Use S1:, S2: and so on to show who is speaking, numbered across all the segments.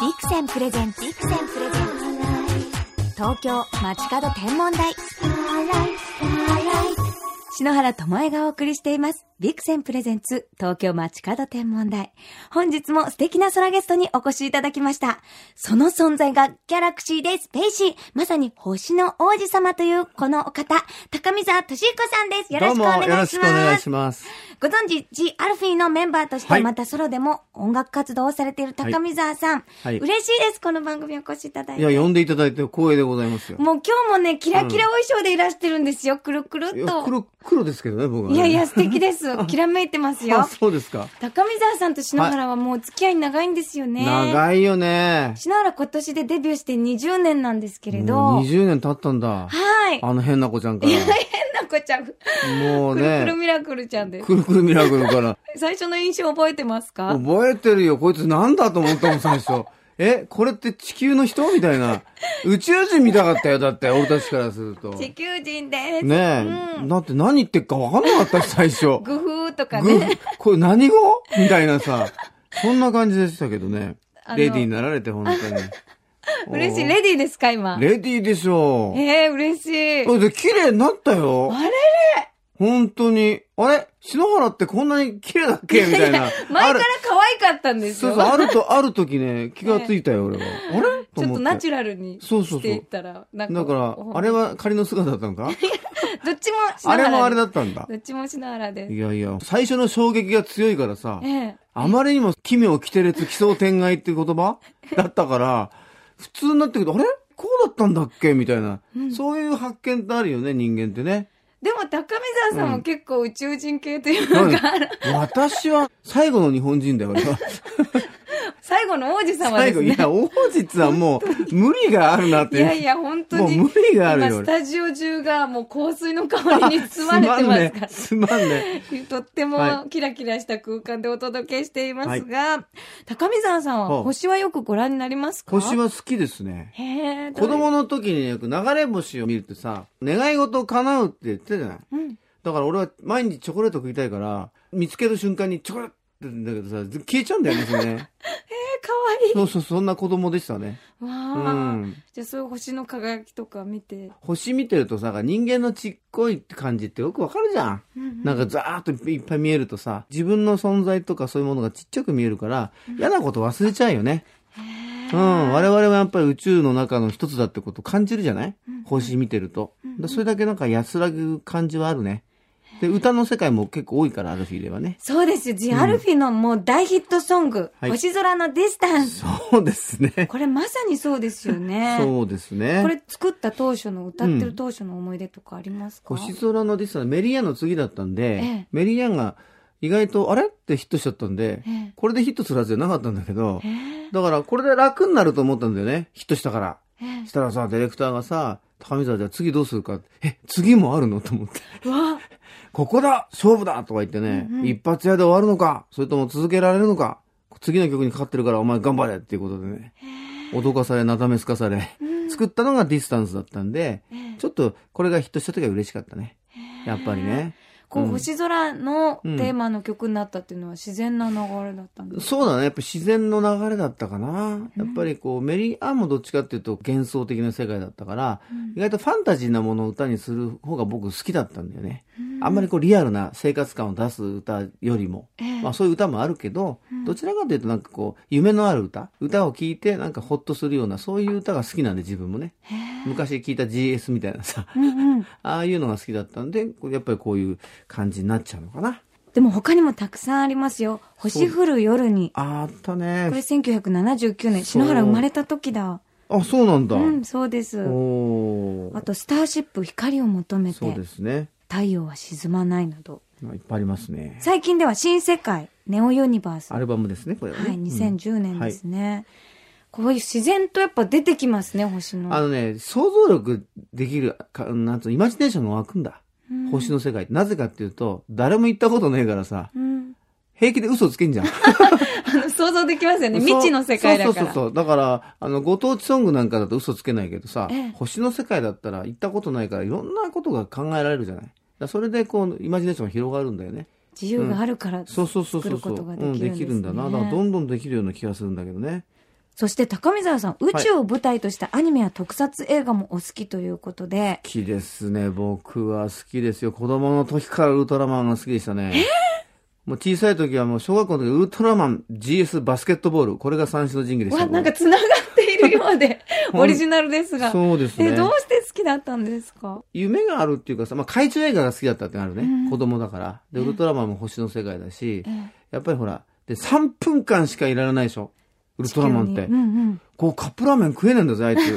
S1: ビクセンプレゼンツ、ビクセンプレゼンツ。東京街角天文台。篠原智恵がお送りしています。ビクセンプレゼンツ、東京街角天文台。本日も素敵な空ゲストにお越しいただきました。その存在がギャラクシーでスペーシー。まさに星の王子様というこのお方、高見沢俊彦さんです。よろ
S2: どう
S1: しくお
S2: も
S1: 願いします。
S2: よろしくお願いします。
S1: ご存知、ジ・アルフィーのメンバーとし
S2: は
S1: て、
S2: い
S1: またソロでも音楽活動をされている高見沢さん。
S2: はい
S1: 嬉しいです、この番組お越しいただい
S2: い
S1: て。
S2: や、呼んでいただいて光栄でございますよ。
S1: もう今日もね、キラキラお衣装でいらしてるんですよ、くるく
S2: い
S1: るっ
S2: や
S1: と。
S2: 黒、黒ですけどね、僕は、
S1: い
S2: ね。
S1: やいや、素敵 です。きらめいてます
S2: あ、
S1: よ。
S2: そうですか。
S1: 高見沢さんと篠原はもう付き合い長いんですよね。い。
S2: 長いよね。
S1: 篠原今年でデビューして20年なんですけれど。
S2: もう
S1: はい。
S2: 20年経ったんだ。あの変な子ちゃんから。
S1: 変な子ちゃん。く
S2: もう
S1: るくる
S2: ね、
S1: ミラクルちゃんです。
S2: くるくるミラクルから。
S1: 最初の印象覚えてますか
S2: 覚えてるよ、こいつなんだと思ったもん、最初。え、これって地球の人みたいな。宇宙人見たかったよ、だって、俺たちからすると。
S1: 地
S2: ね
S1: 球人です。
S2: え、だって何言ってっかわかんなかったし、最初。
S1: グフーとか
S2: ぐ
S1: ね。
S2: これ何語みたいなさ、そんな感じでしたけどね
S1: あ。の。
S2: レディーになられて、本当に
S1: 嬉しい。
S2: おー
S1: レディーですか、今。
S2: レディーでしょう。
S1: ええ嬉しい。
S2: だって綺麗になったよ。
S1: あれれ
S2: 本当に。あれ篠原ってこんなに綺麗だっけみたいな。
S1: 前
S2: あ
S1: から
S2: る
S1: 可愛かったんです
S2: そう
S1: よ。
S2: そう、あると、ある時ね、気がつい たよ、俺は。あれと
S1: ちょっ
S2: 思
S1: と
S2: っ
S1: ナ
S2: て。
S1: チュラルに
S2: そうそうそう
S1: していったら、なん
S2: だから
S1: お、
S2: あれは仮の姿だった のか
S1: どっちも篠
S2: あ
S1: 原
S2: れもあれ
S1: です
S2: だったんだ
S1: ど。っちも篠原です。
S2: いやいや、最初の衝撃が強いからさ
S1: え。え
S2: あまりにも奇妙奇てれつ奇想天外っていう言葉だったから、普通になってくると、あれこうだったんだっけみたいな、そういう発見ってあるよね、人間ってね。
S1: でも高見沢さんも結構宇宙人系という
S2: な
S1: の
S2: んで
S1: がある。
S2: 私は最後の日本人だよ、俺は。
S1: 最後の王子様で
S2: 最
S1: す
S2: 後、い
S1: ね。
S2: や、王子はもう無理があるなっ
S1: い
S2: ていう。
S1: やいや、本当
S2: もう
S1: に。
S2: 無理がある
S1: 今、
S2: よ、
S1: ス
S2: 俺。
S1: タジオ中がもう香水の香りに包まれてますから。
S2: すまんね。すまんね。
S1: とって
S2: は
S1: もキラキラした空間でお届けしていますが、高見沢さん
S2: は
S1: はい星はよくご覧になりますか
S2: 星は好きですね。
S1: へえ
S2: 子供の時にね、よく流れ星を見るってさ、願い事を叶うって言ってたじゃない。
S1: うん
S2: だから俺は毎日チョコレート食いたいから、見つける瞬間にチョコレートってんだけどさ、消えちゃうんだよね、それ ね。
S1: えかわいい
S2: そうそう、そんな子供でしたね。
S1: わ
S2: う
S1: あ、
S2: ん。
S1: じゃあそういう星の輝きとか見て、
S2: 星見てるとさ、人間のちっこいって感じってよくわかるじゃん。なんかザーッといっぱい見えるとさ、自分の存在とかそういうものがちっちゃく見えるから、嫌なこと忘れちゃうよね。うん。我々はやっぱり宇宙の中の一つだってことを感じるじゃない星見てると。だそれだけなんか安らぐ感じはあるね。で、歌の世界も結構多いから、アルフィーではね。
S1: そうですよジ・アルフィのもう大ヒットソング「
S2: はい
S1: 星空のディスタンス
S2: そうです」ね。
S1: これまさにそうですよね
S2: そうですね。
S1: これ作った当初の歌ってる当初の思い出とかありますか、
S2: 星空のディスタンスメリーアンの次だったんで、
S1: え
S2: メリーアンが意外と、あれってヒットしちゃったんで、
S1: ええ
S2: これでヒットするはずじゃなかったんだけど、
S1: え
S2: だからこれで楽になると思ったんだよね、ヒットしたから。
S1: ええ
S2: したらさ、ディレクターがさ、高見沢じゃあ次どうするかって、え、次もあるのと思って。
S1: えわあ
S2: ここだ勝負だとか言ってね、一発屋で終わるのかそれとも続けられるのか次の曲にかかってるからお前頑張れっていうことでね、脅かされ、なだめすかされ、作ったのがディスタンスだったんで、ちょっとこれがヒットした時は嬉しかったね。やっぱりね。
S1: こう星空のテーマの曲になったっていうのは自然な流れだったんです、
S2: そうだね。やっぱ自然の流れだったかな。やっぱりこう、メリーアンもどっちかっていうと幻想的な世界だったから、意外とファンタジーなものを歌にする方が僕好きだったんだよね。あんまりこう、リアルな生活感を出す歌よりも、まあそういう歌もあるけど、どちらかというとなんかこう、夢のある歌、歌を聴いてなんかホッとするような、そういう歌が好きなんで自分もね。昔聴いた GS みたいなさ、 ああいうのが好きだったんで、こうやっぱりこういう感じになっちゃうのかな。
S1: でも他にもたくさんありますよ「星降る夜に」
S2: ああった
S1: これ
S2: ね。
S1: 1979年篠原生まれた時だ
S2: あ、そうなんだ。
S1: うんそうです
S2: お
S1: あ
S2: ー
S1: と「スターシップ光を求め
S2: そう
S1: て
S2: ですね。
S1: 太陽は沈まない」など
S2: まあいっぱいありますね。
S1: 最近では「新世界ネオユニバース」
S2: ア
S1: はい
S2: ルバムですね、これは、ね。うん
S1: 2010年ですね、こういう自然とやっぱ出てきますね星
S2: あ
S1: の
S2: のね、想像力できる、かなんつうの、イマジネーションが湧くんだ。星の世界って。なぜかっていうと、誰も行ったことねえからさ、
S1: うん、
S2: 平気で嘘つけんじゃん。
S1: あの想像できますよね未知の世界だから
S2: そうそうそうそう。だから、あの、ご当地ソングなんかだと嘘つけないけどさ、
S1: ええ
S2: 星の世界だったら行ったことないから、いろんなことが考えられるじゃない。だからそれでこう、イマジネーションが広がるんだよね。
S1: 自由があるから
S2: そうそうそうそうそう。
S1: 作ることがで
S2: うん、
S1: きるんですね
S2: できるんだな。だからどんどんできるような気がするんだけどね。
S1: そして高見沢さん、宇宙を舞台としたアニメや特撮映画もお好きということで、
S2: 好きですね。僕は好きですよ。子供の時からウルトラマンが好きでしたね。もう小さい時はもう小学校の時ウルトラマン GS バスケットボール。これが三種の神器でした。
S1: わ、なんか繋がっているようで、
S2: うん
S1: オリジナルですが。
S2: そうですね
S1: え、どうして好きだったんですか
S2: 夢があるっていうかさ、まあ、怪獣映画が好きだったってなるね。
S1: うん
S2: 子供だから。で、ウルトラマンも星の世界だし、
S1: ええ
S2: やっぱりほら、で、3分間しかいられないでしょ。ウルトラマンっ
S1: 地
S2: て
S1: 球に。うん
S2: こうカップラーメン食えないんだぜ、あいつ。
S1: うん。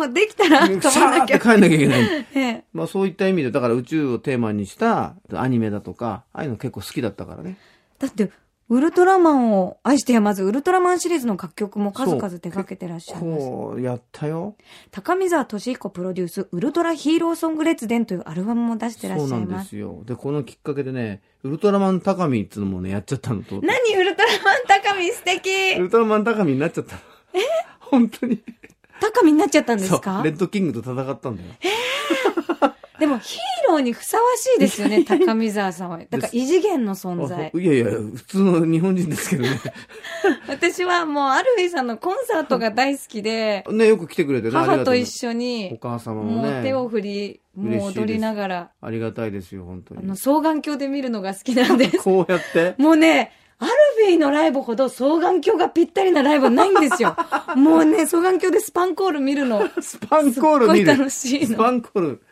S1: もうできたら飛
S2: さ
S1: ば
S2: ー
S1: な
S2: っ
S1: きゃ
S2: て。帰んなきゃいけない。
S1: ええ
S2: まあそういった意味で、だから宇宙をテーマにしたアニメだとか、ああいうの結構好きだったからね。
S1: だって、ウルトラマンを愛してやまず、ウルトラマンシリーズの楽曲も数々
S2: そう
S1: 手掛けてらっしゃいます。
S2: こう、やったよ。
S1: 高見沢俊彦プロデュース、ウルトラヒーローソング列伝というアルバムも出してらっ
S2: そう
S1: しゃ
S2: ないんで
S1: ます。
S2: すよ。で、このきっかけでね、ウルトラマン高見っていうのもね、やっちゃったのと。
S1: 何ウルトラマン高見素
S2: ウ
S1: 敵
S2: ルトラマン高見になっちゃったの。え本当に。
S1: 高見になっちゃったんです
S2: そ
S1: か
S2: う。レッドキングと戦ったんだよ。
S1: でもヒーローにふさわしいですよ ね、高見沢さんは。だから異次元の存在。
S2: あいやいや、普通の日本人ですけどね。
S1: 私はもうアルフィーさんのコンサートが大好きで、
S2: ね、よく来てくれてね。あり
S1: 母
S2: がた
S1: と
S2: い
S1: 一緒
S2: お
S1: に、
S2: 母様も
S1: もう
S2: ね
S1: 手。を振り、もう
S2: 嬉しいです
S1: 踊りながら、
S2: ありがたいですよ、本当
S1: あの、
S2: に。
S1: 双眼鏡で見るのが好きなんです。
S2: こう やって。
S1: もうね、アルフィーのライブほど双眼鏡がぴったりなライブはないんです よ。もうね、双眼鏡でスパンコール見るの。
S2: スパンコール見
S1: すっご
S2: る。
S1: い楽しいの
S2: スパンコール。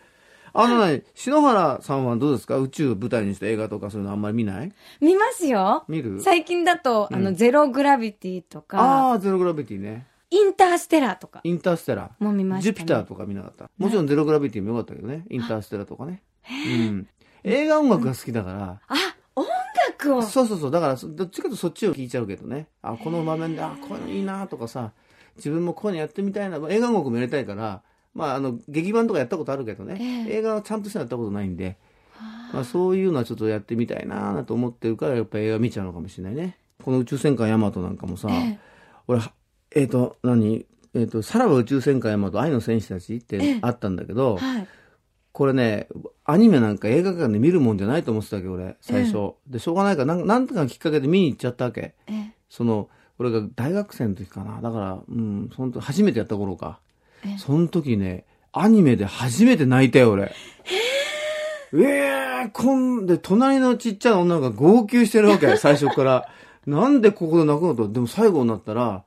S2: あのね、篠原さんはどうですか宇宙を舞台にした映画とかそういうのあんまり見ない
S1: 見ますよ。
S2: 見る
S1: 最近だと、あの、ゼログラビティとか、
S2: ああー、ゼログラビティね。
S1: インターステラーとか
S2: インターステラー。
S1: も見ました、
S2: ジ
S1: ね。
S2: ュピターとか見なかった。もちろんゼログラビティも良かったけどね。インターステラとかね。うん。映画音楽が好きだか
S1: あ、音楽を
S2: ら。。そうそうそう。だから、そどっちかというとそっちを聴いちゃうけどね。あ、この場面で、あ、こういうのいいなとかさ、自分もこういうのやってみたいな。映画音楽もやりたいから、まあ、あの、劇版とかやったことあるけどね。
S1: ええ
S2: 映画はちゃんとしたのやったことないんで、まあ、そういうのはちょっとやってみたいなと思ってるから、やっぱ映画見ちゃうのかもしれないね。この宇宙戦艦ヤマトなんかもさ、
S1: ええ
S2: 俺はえっ、と何えっ、と「さらば宇宙戦艦ヤマト愛の戦士たち」っ
S1: ええ
S2: てあったんだけど、
S1: はい。
S2: これねアニメなんか映画館で見るもんじゃないと思ってたわけど俺最初、でしょうがないからなんなんとかのきっかけで見に行っちゃったわけ
S1: ええ
S2: その俺が大学生の時かなだからうんその時初めてやった頃か
S1: ええ
S2: その時ねアニメで初めて泣いたよ俺ええー、こんで隣のちっちゃい女の子が号泣してるわけ最初からなんでここで泣くのとでも最後になったら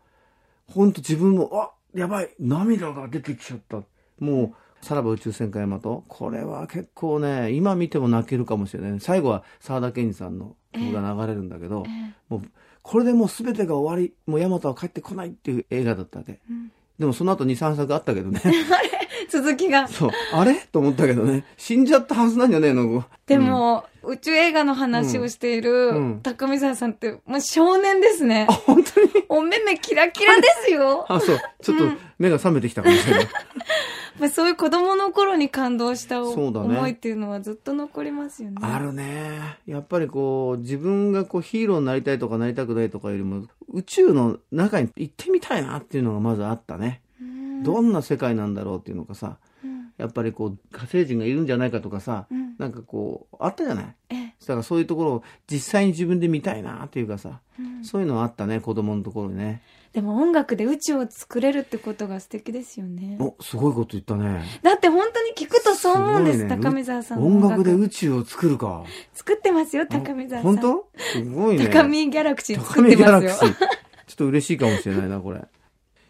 S2: ほんと自分も、あやばい、涙が出てきちゃった。もう、さらば宇宙戦艦ヤマト。これは結構ね、今見ても泣けるかもしれない。最後は沢田研二さんの曲が流れるんだけど、
S1: え
S2: もう、これでもう全てが終わり、もうヤマトは帰ってこないっていう映画だったわけ。
S1: うん
S2: でもその後2、3作あったけどね。
S1: え続きが。
S2: そう、あれと思ったけどね。死んじゃったはずなんじゃねえの
S1: で、も、宇宙映画の話をしている、
S2: うん
S1: 高見沢さんって、もう少年ですね
S2: うんあ、。 本当に
S1: お目目キラキラですよ。
S2: あ、そう。ちょっと目が覚めてきたかもしれ ない。
S1: まあ、そういう子供の頃に感動したお
S2: そうだね
S1: 思いっていうのはずっと残りますよね。
S2: あるね。やっぱりこう、自分がこうヒーローになりたいとかなりたくないとかよりも、宇宙の中に行ってみたいなっていうのがまずあったね。
S1: うん
S2: どんな世界なんだろうっていうのがさ、
S1: うん
S2: やっぱりこう、火星人がいるんじゃないかとかさ、
S1: うん
S2: なんかこう、あったじゃない
S1: ええ
S2: だからそういうところを実際に自分で見たいなっていうかさ、
S1: うん
S2: そういうのはあったね、子供のところにね。
S1: でも音楽で宇宙を作れるってことが素敵ですよね。
S2: お、すごいこと言ったね。
S1: だって本当に聞くとそう思うんです、
S2: ごいね
S1: 高見沢さんの
S2: 音楽で宇宙を作るか。
S1: 作ってますよ、高見沢さん。
S2: 本当すごいね。
S1: 高見ギャラクシー
S2: 高
S1: 作っ
S2: 見
S1: て
S2: ギャ
S1: ま
S2: ラ
S1: す
S2: ク
S1: よ
S2: シ。ー。ちょっと嬉しいかもしれないな、これ。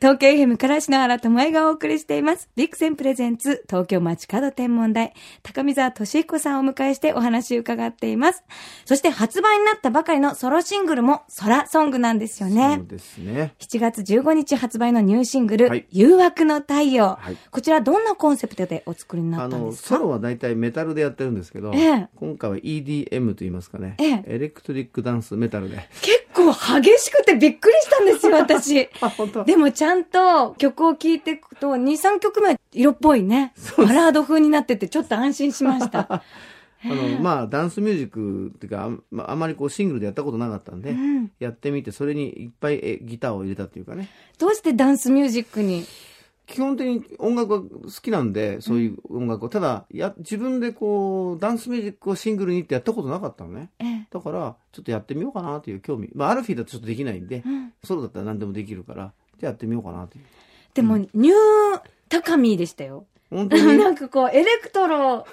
S1: 東京 FM から篠原智恵がお送りしています。ビクセンプレゼンツ東京街角天文台。高見沢俊彦さんをお迎えしてお話を伺っています。そして発売になったばかりのソロシングルも空ソングなんですよね
S2: そう。ですね。
S1: 7月15日発売のニューシングル、
S2: はい
S1: 誘惑の太陽、
S2: はい
S1: こちらどんなコンセプトでお作りにな
S2: あ
S1: ったん
S2: の
S1: です
S2: ソ
S1: か
S2: ロは大体メタルでやってるんですけど、
S1: ええ
S2: 今回は EDM と言いますかね、
S1: え
S2: エレクトリックダンスメタルで
S1: 結構激しくてびっくりしたんですよ、私。
S2: あ本 当
S1: でもちゃんと曲を聴いていくと、2、3曲目は色っぽいね。バラード風になっててちょっと安心しま した。
S2: あの、まあ、ダンスミュージックっていうかあん,、まあ、あんまりこうシングルでやったことなかったんで、
S1: ん
S2: やってみてそれにいっぱいえギターを入れたっていうかね
S1: どうしてダンスミュージックに
S2: 基本的に音楽は好きなんでそういう音楽を、ただや自分でこうダンスミュージックをシングルにってやったことなかったのねだからちょっとやってみようかなという興味、まあ、アルフィーだとちょっとできないんで、ソロだったら何でもできるからじゃあやってみようかなっていう。
S1: でも、ニュータカミーでしたよ。
S2: 本当に
S1: なんかこう、エレクトロ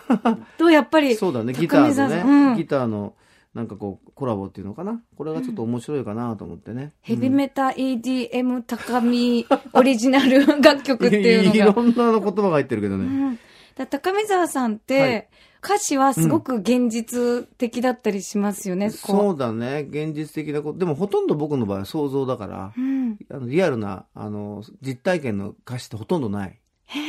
S1: とやっぱり、
S2: そうだね、ギタ
S1: 高見
S2: ー
S1: 沢
S2: の
S1: さ
S2: ね、
S1: んうん
S2: ギターの、なんかこう、コラボっていうのかな。これがちょっと面白いかなと思ってね。
S1: ヘビメタ EDM 高見オリジナル楽曲っていうの
S2: い
S1: が。
S2: ろんな言葉が入ってるけど
S1: う
S2: ね。
S1: ん、だ高見沢さんっ
S2: は
S1: て
S2: い、
S1: 歌詞はすごく現実的だったりしますよね、こ
S2: そうだね、現実的なこと。でもほとんど僕の場合は想像だから
S1: う。、うん。
S2: あのリアルな、あの、実体験の歌詞ってほとんどない。ほ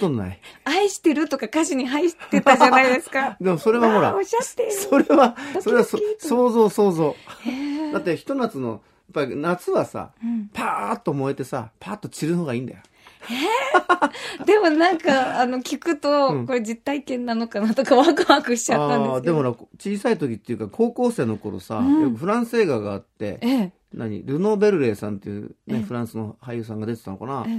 S2: とんどない。。
S1: 愛してるとか歌詞に入ってたじゃないですか
S2: でもそれはほ
S1: わあ
S2: ら
S1: おっ、しゃってる。
S2: それは
S1: ドキド、キ
S2: それはそ想像想像。
S1: へえ
S2: だってひと夏の、やっぱり夏はさ、
S1: うん
S2: パーッと燃えてさ、パーッと散るのがいいんだよ。
S1: でもなんか、あの、聞く
S2: う
S1: と、
S2: ん
S1: これ実体験なのかなとかワクワクしちゃったんで
S2: あ
S1: す
S2: ー
S1: けど。
S2: もほら小さい時っていうか高校生の頃さ、
S1: うん
S2: よくフランス映画があって
S1: ええ、
S2: 何ルノー・ベルレーさんっていう、
S1: ええ
S2: ね、フランスの俳優さんが出てたのかな
S1: え、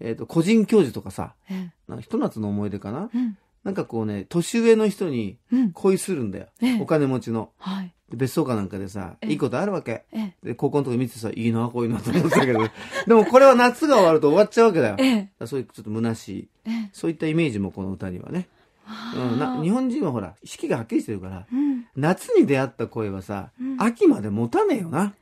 S1: え、
S2: えー、と個人教授とかさ
S1: ええ、
S2: なんかひと夏の思い出かな
S1: うん、
S2: なんかこうね年上の人に
S1: うん、
S2: 恋するんだよ、
S1: ええ
S2: お金持ちの
S1: はい、
S2: で別荘かなんかでさ、
S1: ええ
S2: いいことあるわけ
S1: ええ、
S2: で高校の時見てさいいなこういうなと思ってたけど でもこれは夏が終わると終わっちゃうわけだよだか
S1: ええ、
S2: らそういうちょっと虚しい
S1: ええ、
S2: そういったイメージもこの歌にはね、うん、
S1: あ
S2: な
S1: ー
S2: 日本人はほら四季がはっきりしてるから
S1: うん
S2: 夏に出会った恋はさ、
S1: うん
S2: 秋まで持たねえよな。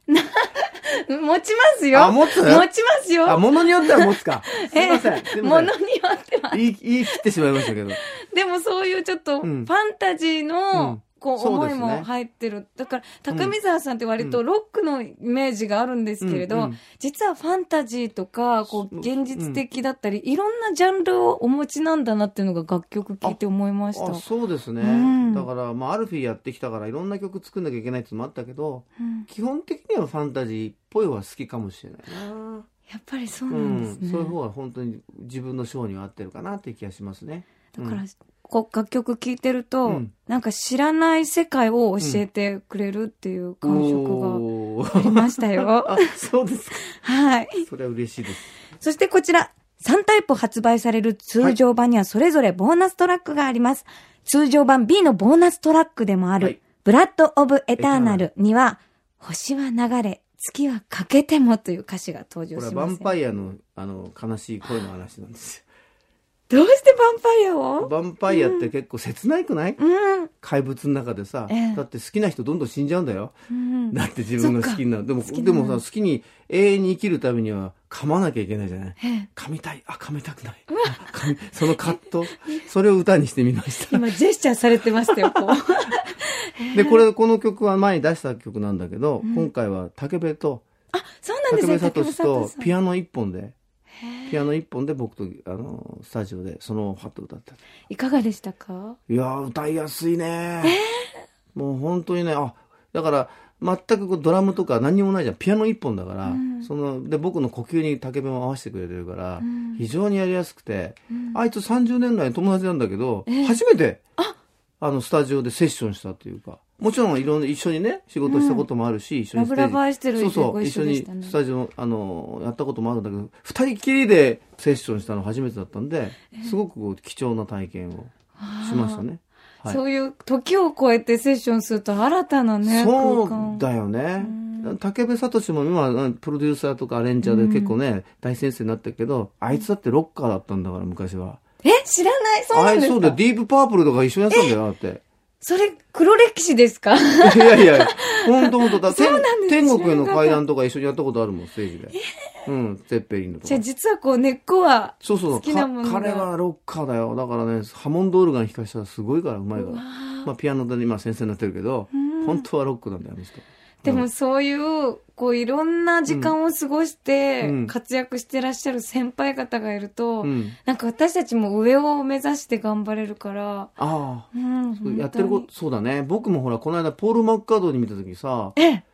S1: 持ちますよ。
S2: あ持つ
S1: 持ちます
S2: あ、
S1: よ。
S2: 物によっては持 つか。すいません。すいま
S1: もの
S2: せん
S1: によっては。
S2: 言い言い切ってしまいましたけど。
S1: でもそういうちょっと
S2: う
S1: ファン
S2: ん
S1: タジー
S2: う
S1: の
S2: ん、
S1: こう
S2: そう
S1: 思
S2: で
S1: い
S2: すね
S1: も入ってる。だから、高見沢さんって割とロックのイメージがあるんですけれ
S2: うんう
S1: ど
S2: ん、
S1: 実はファンタジーとか、こう、
S2: そう
S1: 現実的だったり、いろんなジャンルをお持ちなんだなっていうのが楽曲聴いて思いました
S2: あ。そうですね。
S1: うん
S2: だから、まあ、アルフィーやってきたから、いろんな曲作んなきゃいけないってのもあったけど、
S1: うん
S2: 基本的にはファンタジーっぽい方が好きかもしれないな。
S1: やっぱりそう
S2: う
S1: なんです
S2: ん
S1: ね。
S2: そういう方が本当に自分の性には合ってるかなっていう気がしますね。
S1: だから、
S2: う
S1: こう楽曲聴いてると、
S2: うん
S1: なんか知らない世界を教えてくれるっていう感触が
S2: お
S1: あ
S2: ー
S1: りましたよ。
S2: あ、そうですか。
S1: はい。
S2: それは嬉しい です。
S1: そしてこちら、3タイプ発売される通常版にはそれぞれボーナストラックがあります。通常版 B のボーナストラックでもある、
S2: はい
S1: ブラッド・オブ・エターナルには、星は流れ、月は欠けてもという歌詞が登
S2: こ
S1: 場
S2: れは
S1: し
S2: ヴァ
S1: ま
S2: ン
S1: す。
S2: パイアの、あの、悲しい恋の話なんですよ。
S1: どうしてヴァンパイア を
S2: ヴァンパイアって結構切ないくない、
S1: うん。
S2: 怪物の中でさ、
S1: ええ
S2: だって好きな人どんどん死んじゃうんだよ。
S1: うん。
S2: だって自分が好きになる。でも、
S1: 好きに
S2: で
S1: なる
S2: もさ、好きに永遠に生きるためには噛まなきゃいけないじゃない
S1: ええ
S2: 噛みたい。あ、噛みたくない。あ噛みその葛藤。それを歌にしてみました。
S1: 今、ジェスチャーされてましたよ、こ う。
S2: で、これ、この曲は前に出した曲なんだけど、今回は竹部と、
S1: あ、そうなんです
S2: 竹部
S1: よ、
S2: 聡と
S1: さん
S2: ピアノ一本で、
S1: へえ
S2: ピアノ一本で僕と、あの、スタジオでそのハット歌った。
S1: いかがでしたか
S2: いやー歌いやすいね、もう本当にねあだから全くこうドラムとか何にもないじゃんピアノ一本だから、
S1: うん
S2: そので僕の呼吸に竹弁を合わせてくれてるから、
S1: ん
S2: 非常にやりやすくて、
S1: うん
S2: あいつ30年来の友達なんだけど、
S1: ええ
S2: 初めてあのスタジオでセッションしたというかもちろんいろんな一緒にね仕事したこともあるし、一緒にステ
S1: ラブ
S2: ージ
S1: ラブ愛してる
S2: そうそ
S1: ご
S2: う
S1: 一
S2: 一
S1: 緒
S2: 緒
S1: で
S2: に
S1: したね
S2: スタジオあのやったこともあるんだけど二人きりでセッションしたの初めてだったんですごくこう貴重な体験をしましたね。はい
S1: そういう時を超えてセッションすると新たなね、
S2: そ
S1: 空
S2: う
S1: 間。
S2: だよね
S1: うん。
S2: 武部聡も今、うんプロデューサーとかアレンジャーで結構ね、大先生になったけど、あいつだってロッカーだったんだから、昔は。
S1: え知らないそう
S2: あ
S1: なん
S2: い
S1: で
S2: つそ
S1: す
S2: うだよ
S1: か
S2: ディープパープルとか一緒にやってたんだよ、だって。
S1: それ、黒歴史ですか
S2: いやいや、ほんとほんと。だ
S1: そうなんです
S2: 天天国への階段とか一緒にやったことあるもん、ステージで。うん、ゼッペリンのと
S1: じ
S2: か
S1: ゃあ。実はこう根っこは、
S2: そうそう
S1: 好きなものが
S2: か彼はロッカーだよ。だからね、ハモンドオルガン弾かしたらすごいから、うまいから。まあ、ピアノで今先生になってるけど、本当はロックなんだよ、あの人。
S1: でもそういう、こういろんな時間を過ごして
S2: うん
S1: 活躍してらっしゃる先輩方がいると、
S2: うん。
S1: なんか私たちも上を目指して頑張れるから、
S2: ああ。
S1: うん、本当に
S2: やってること、そうだね。僕もほら、この間、ポール・マッカードに見たときさ、
S1: ええ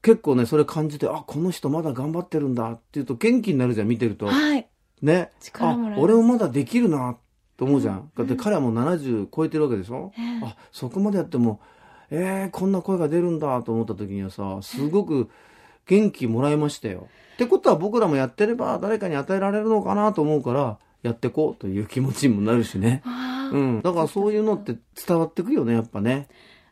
S2: 結構ね、それ感じて、あ、この人まだ頑張ってるんだっていうと、元気になるじゃん、見てると。
S1: はい。
S2: ね。
S1: 力
S2: あ
S1: もらえ、る
S2: 俺もまだできるな、と思うじゃん。だって彼はもう70超えてるわけでしょあ、そこまでやっても、えー、こんな声が出るんだと思った時にはさ、すごく元気もらいましたよ。ってことは僕らもやってれば誰かに与えられるのかなと思うから、やってこうという気持ちにもなるしね。
S1: ああ、
S2: うん、だからそういうのって伝わってくよねやっぱね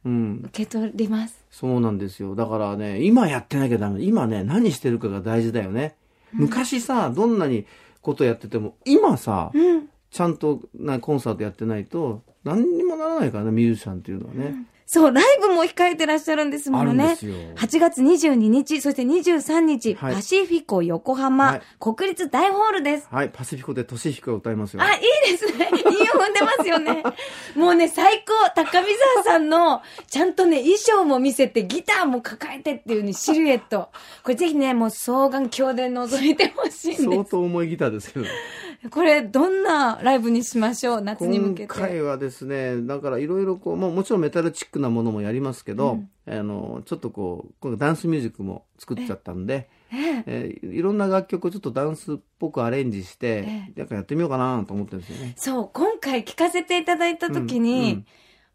S2: うん
S1: 受け取ります。
S2: そうなんですよだからね今やってなきゃダメ今ね何してるかが大事だよね昔さ、どんなにことやってても、今さ、
S1: うん。
S2: ちゃんとなコンサートやってないと、何にもならないからね、ミュージシャンっていうのはね。
S1: そう、ライブも控えてらっしゃるんですもの
S2: あるん
S1: ね。
S2: ですよ
S1: 8月22日、そして23日、
S2: はい
S1: パシフィコ横浜、
S2: はい
S1: 国立大ホールです。
S2: はい、パシフィコでトシヒコを歌いますよ。
S1: あ、いいですね。 韻を踏んでますよね。もうね、最高。高見沢さんの、ちゃんとね、衣装も見せて、ギターも抱えてっていうね、シルエット。これぜひね、もう双眼鏡で覗いてほしいん
S2: 相
S1: で
S2: 当重いギターですけど。
S1: す。これ、どんなライブにしましょう夏に向
S2: 今
S1: けて。
S2: 回はですね、だからいろいろこう、もうもちろんメタルチックなものもやりますけど、あの、ちょっとこう、今回ダンスミュージックも作っちゃったんで、
S1: ええ
S2: えーいろんな楽曲をちょっとダンスっぽくアレンジして、なんかやってみようかなと思ってるんですよね。
S1: そう、今回聞かせていただいた時に、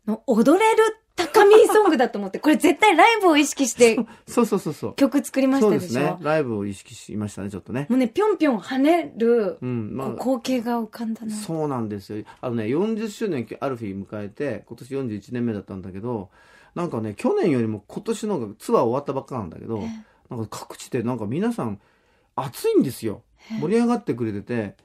S1: の踊れる高見ソングだと思って、これ絶対ライブを意識して
S2: そうそうそうそう。
S1: 曲作りまし
S2: そう
S1: た
S2: で
S1: ですしょ。
S2: ね。ライブを意識しましたね、ちょっとね。
S1: もうね、ぴょんぴょん跳ねる、
S2: うん、ま
S1: こう
S2: あ、
S1: 光景が浮かんだな。
S2: そうなんですよ。あのね、40周年アルフィー迎えて、今年41年目だったんだけど、なんかね、去年よりも今年の方がツアー終わったばっかなんだけど、なんか各地でなんか皆さん熱いんですよ。盛り上がってくれてて、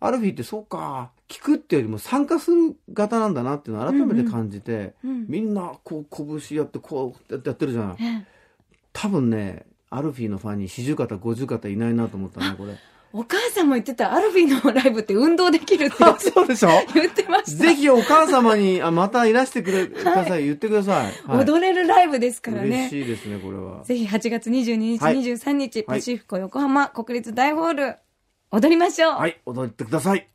S2: アルフィーってそうか、聞くってよりも参加する型なんだなっていうのを改めて感じて、
S1: うん
S2: みんなこう拳やってこうやってやってるじゃない。
S1: ええ
S2: 多分ね、アルフィーのファンに40方、50方いないなと思ったね、 これ。
S1: お母さんも言ってた、アルフィーのライブって運動できるって言って
S2: そうでしょ
S1: 言ってました。
S2: ぜひお母様に、あ、またいらしてくれ、ください。言ってください。はい、
S1: 踊れるライブですから
S2: 嬉
S1: ね。
S2: しいですね、これは。
S1: ぜひ8月22日、
S2: はい
S1: 23日、パシフィコ横浜国立大ホール、踊りましょう。
S2: はい、踊ってください。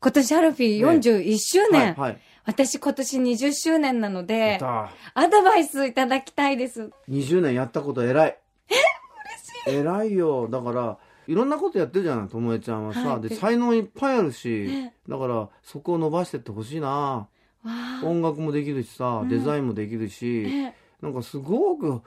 S1: 今年アルフィー41周年。
S2: はい、はい。
S1: 私今年20周年なので、
S2: だ
S1: アドバイスいただきたいです。
S2: 20年やったこと偉い。え、嬉しい。偉いよ。だから、いろんなことやってるじゃない、ともえちゃんはさ。
S1: はい
S2: で、才能いっぱいあるし
S1: ね、
S2: だから、そこを伸ばしてってほしいな。
S1: わあ。
S2: 音楽もできるしさ、デザインもできるし、
S1: ね
S2: なんかすごく、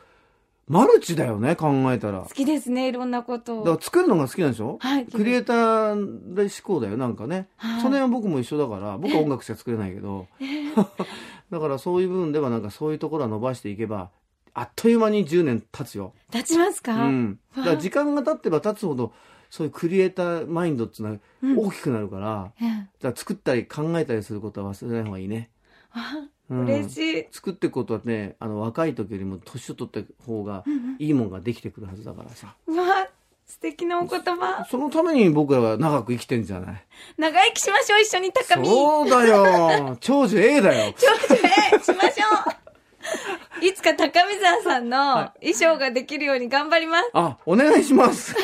S2: マルチだよね、考えたら。
S1: 好きですね、いろんなこと
S2: だか
S1: を。
S2: ら作るのが好きなんでしょ
S1: はい
S2: クリエイターで思考だよ、なんかね。
S1: はい
S2: その辺は僕も一緒だから、僕は音楽しか作れないけど。だからそういう部分ではなんかそういうところは伸ばしていけば、あっという間に10年経つよ。
S1: 立ちますか、
S2: うん。だから時間が経ってば経つほど、そういうクリエイターマインドっていうのは
S1: うん
S2: 大きくなるから、だか
S1: ええ
S2: ら作ったり考えたりすることは忘れない方がいいね。
S1: わ
S2: う
S1: あ、
S2: ん
S1: 嬉しい。
S2: 作っていくことはね、あの若い時よりも年を取った方がいいもんができてくるはずだからさ。
S1: わあ、素敵なお言葉。
S2: そのために僕らは長く生きてんじゃない
S1: 長生きしましょう、一緒に高見。
S2: そうだよ。長寿 A だよ。
S1: 長寿へしましょう。いつか高見沢さんの衣装ができるように頑張ります。
S2: あ、お願いします。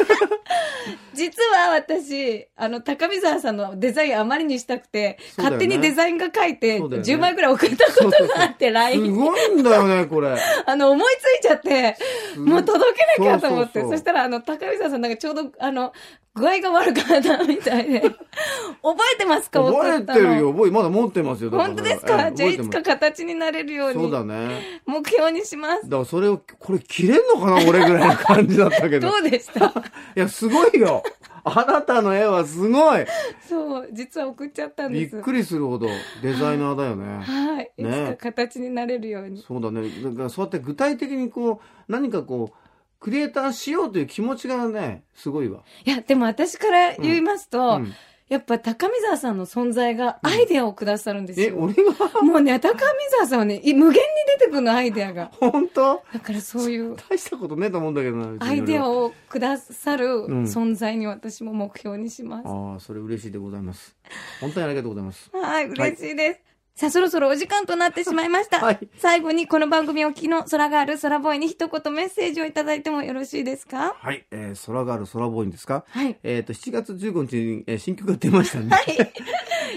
S1: 実は私、あの、高見沢さんのデザインあまりにしたくて、
S2: そうだ
S1: 勝
S2: よね
S1: 手にデザインが書いて、
S2: そうだよね
S1: 10枚くらい送ったことがあって、
S2: す
S1: LINE に。
S2: ごいんだよね、これ。
S1: あの、思いついちゃって、もう届けなきゃと思って、
S2: そうそうそ
S1: そうしたら、あの、高見沢さんなんかちょうど、あの、具合が悪かったみたいで、 覚えてますか
S2: 覚えてるよ、。覚え、まだ持ってますよ。だら
S1: 本当ですか、
S2: ええ
S1: じゃあ
S2: 覚え
S1: い
S2: て
S1: つ
S2: ま
S1: か
S2: す
S1: 形になれるよう
S2: そう
S1: に、
S2: だね。
S1: 目標にします。
S2: だからそれを、これ切れんのかな俺ぐらいの感じだったけど。
S1: ど
S2: いう
S1: でした
S2: や、すごいよ。あなたの絵はすごい。
S1: そう、実は送っちゃったん
S2: び
S1: で
S2: っ
S1: す。
S2: くりするほどデザイナーだよね。
S1: はい。いつ
S2: ね
S1: か形になれるように。
S2: そうだね。だからそうやって具体的にこう、何かこう、クリエイターしようという気持ちがね、すごいわ。
S1: いや、でも私から言いますと、
S2: うんうん
S1: やっぱ高見沢さんの存在がアイデアをくださるんです
S2: え、
S1: よ。
S2: 俺が
S1: もうね、高見沢さんはね、い無限に出てくるの、アイデアが。
S2: 本当
S1: だからそういう
S2: 大したことねえと思うんだけどな。別
S1: ア
S2: に俺
S1: イ
S2: は
S1: デアをくださる
S2: ん
S1: 存在に私も目標にします。
S2: ああ、それ嬉しいでございます。本当にありがとうございます。
S1: はい、嬉しいです。さあ、そろそろお時間となってしまいました。
S2: はい
S1: 最後にこの番組をお聞きの空がある空ボーイに一言メッセージをいただいてもよろしいですか
S2: はい、えー、空がある空ボーインですか
S1: はい
S2: えっ、と、7月15日に、えー新曲が出ましたんで、
S1: はい。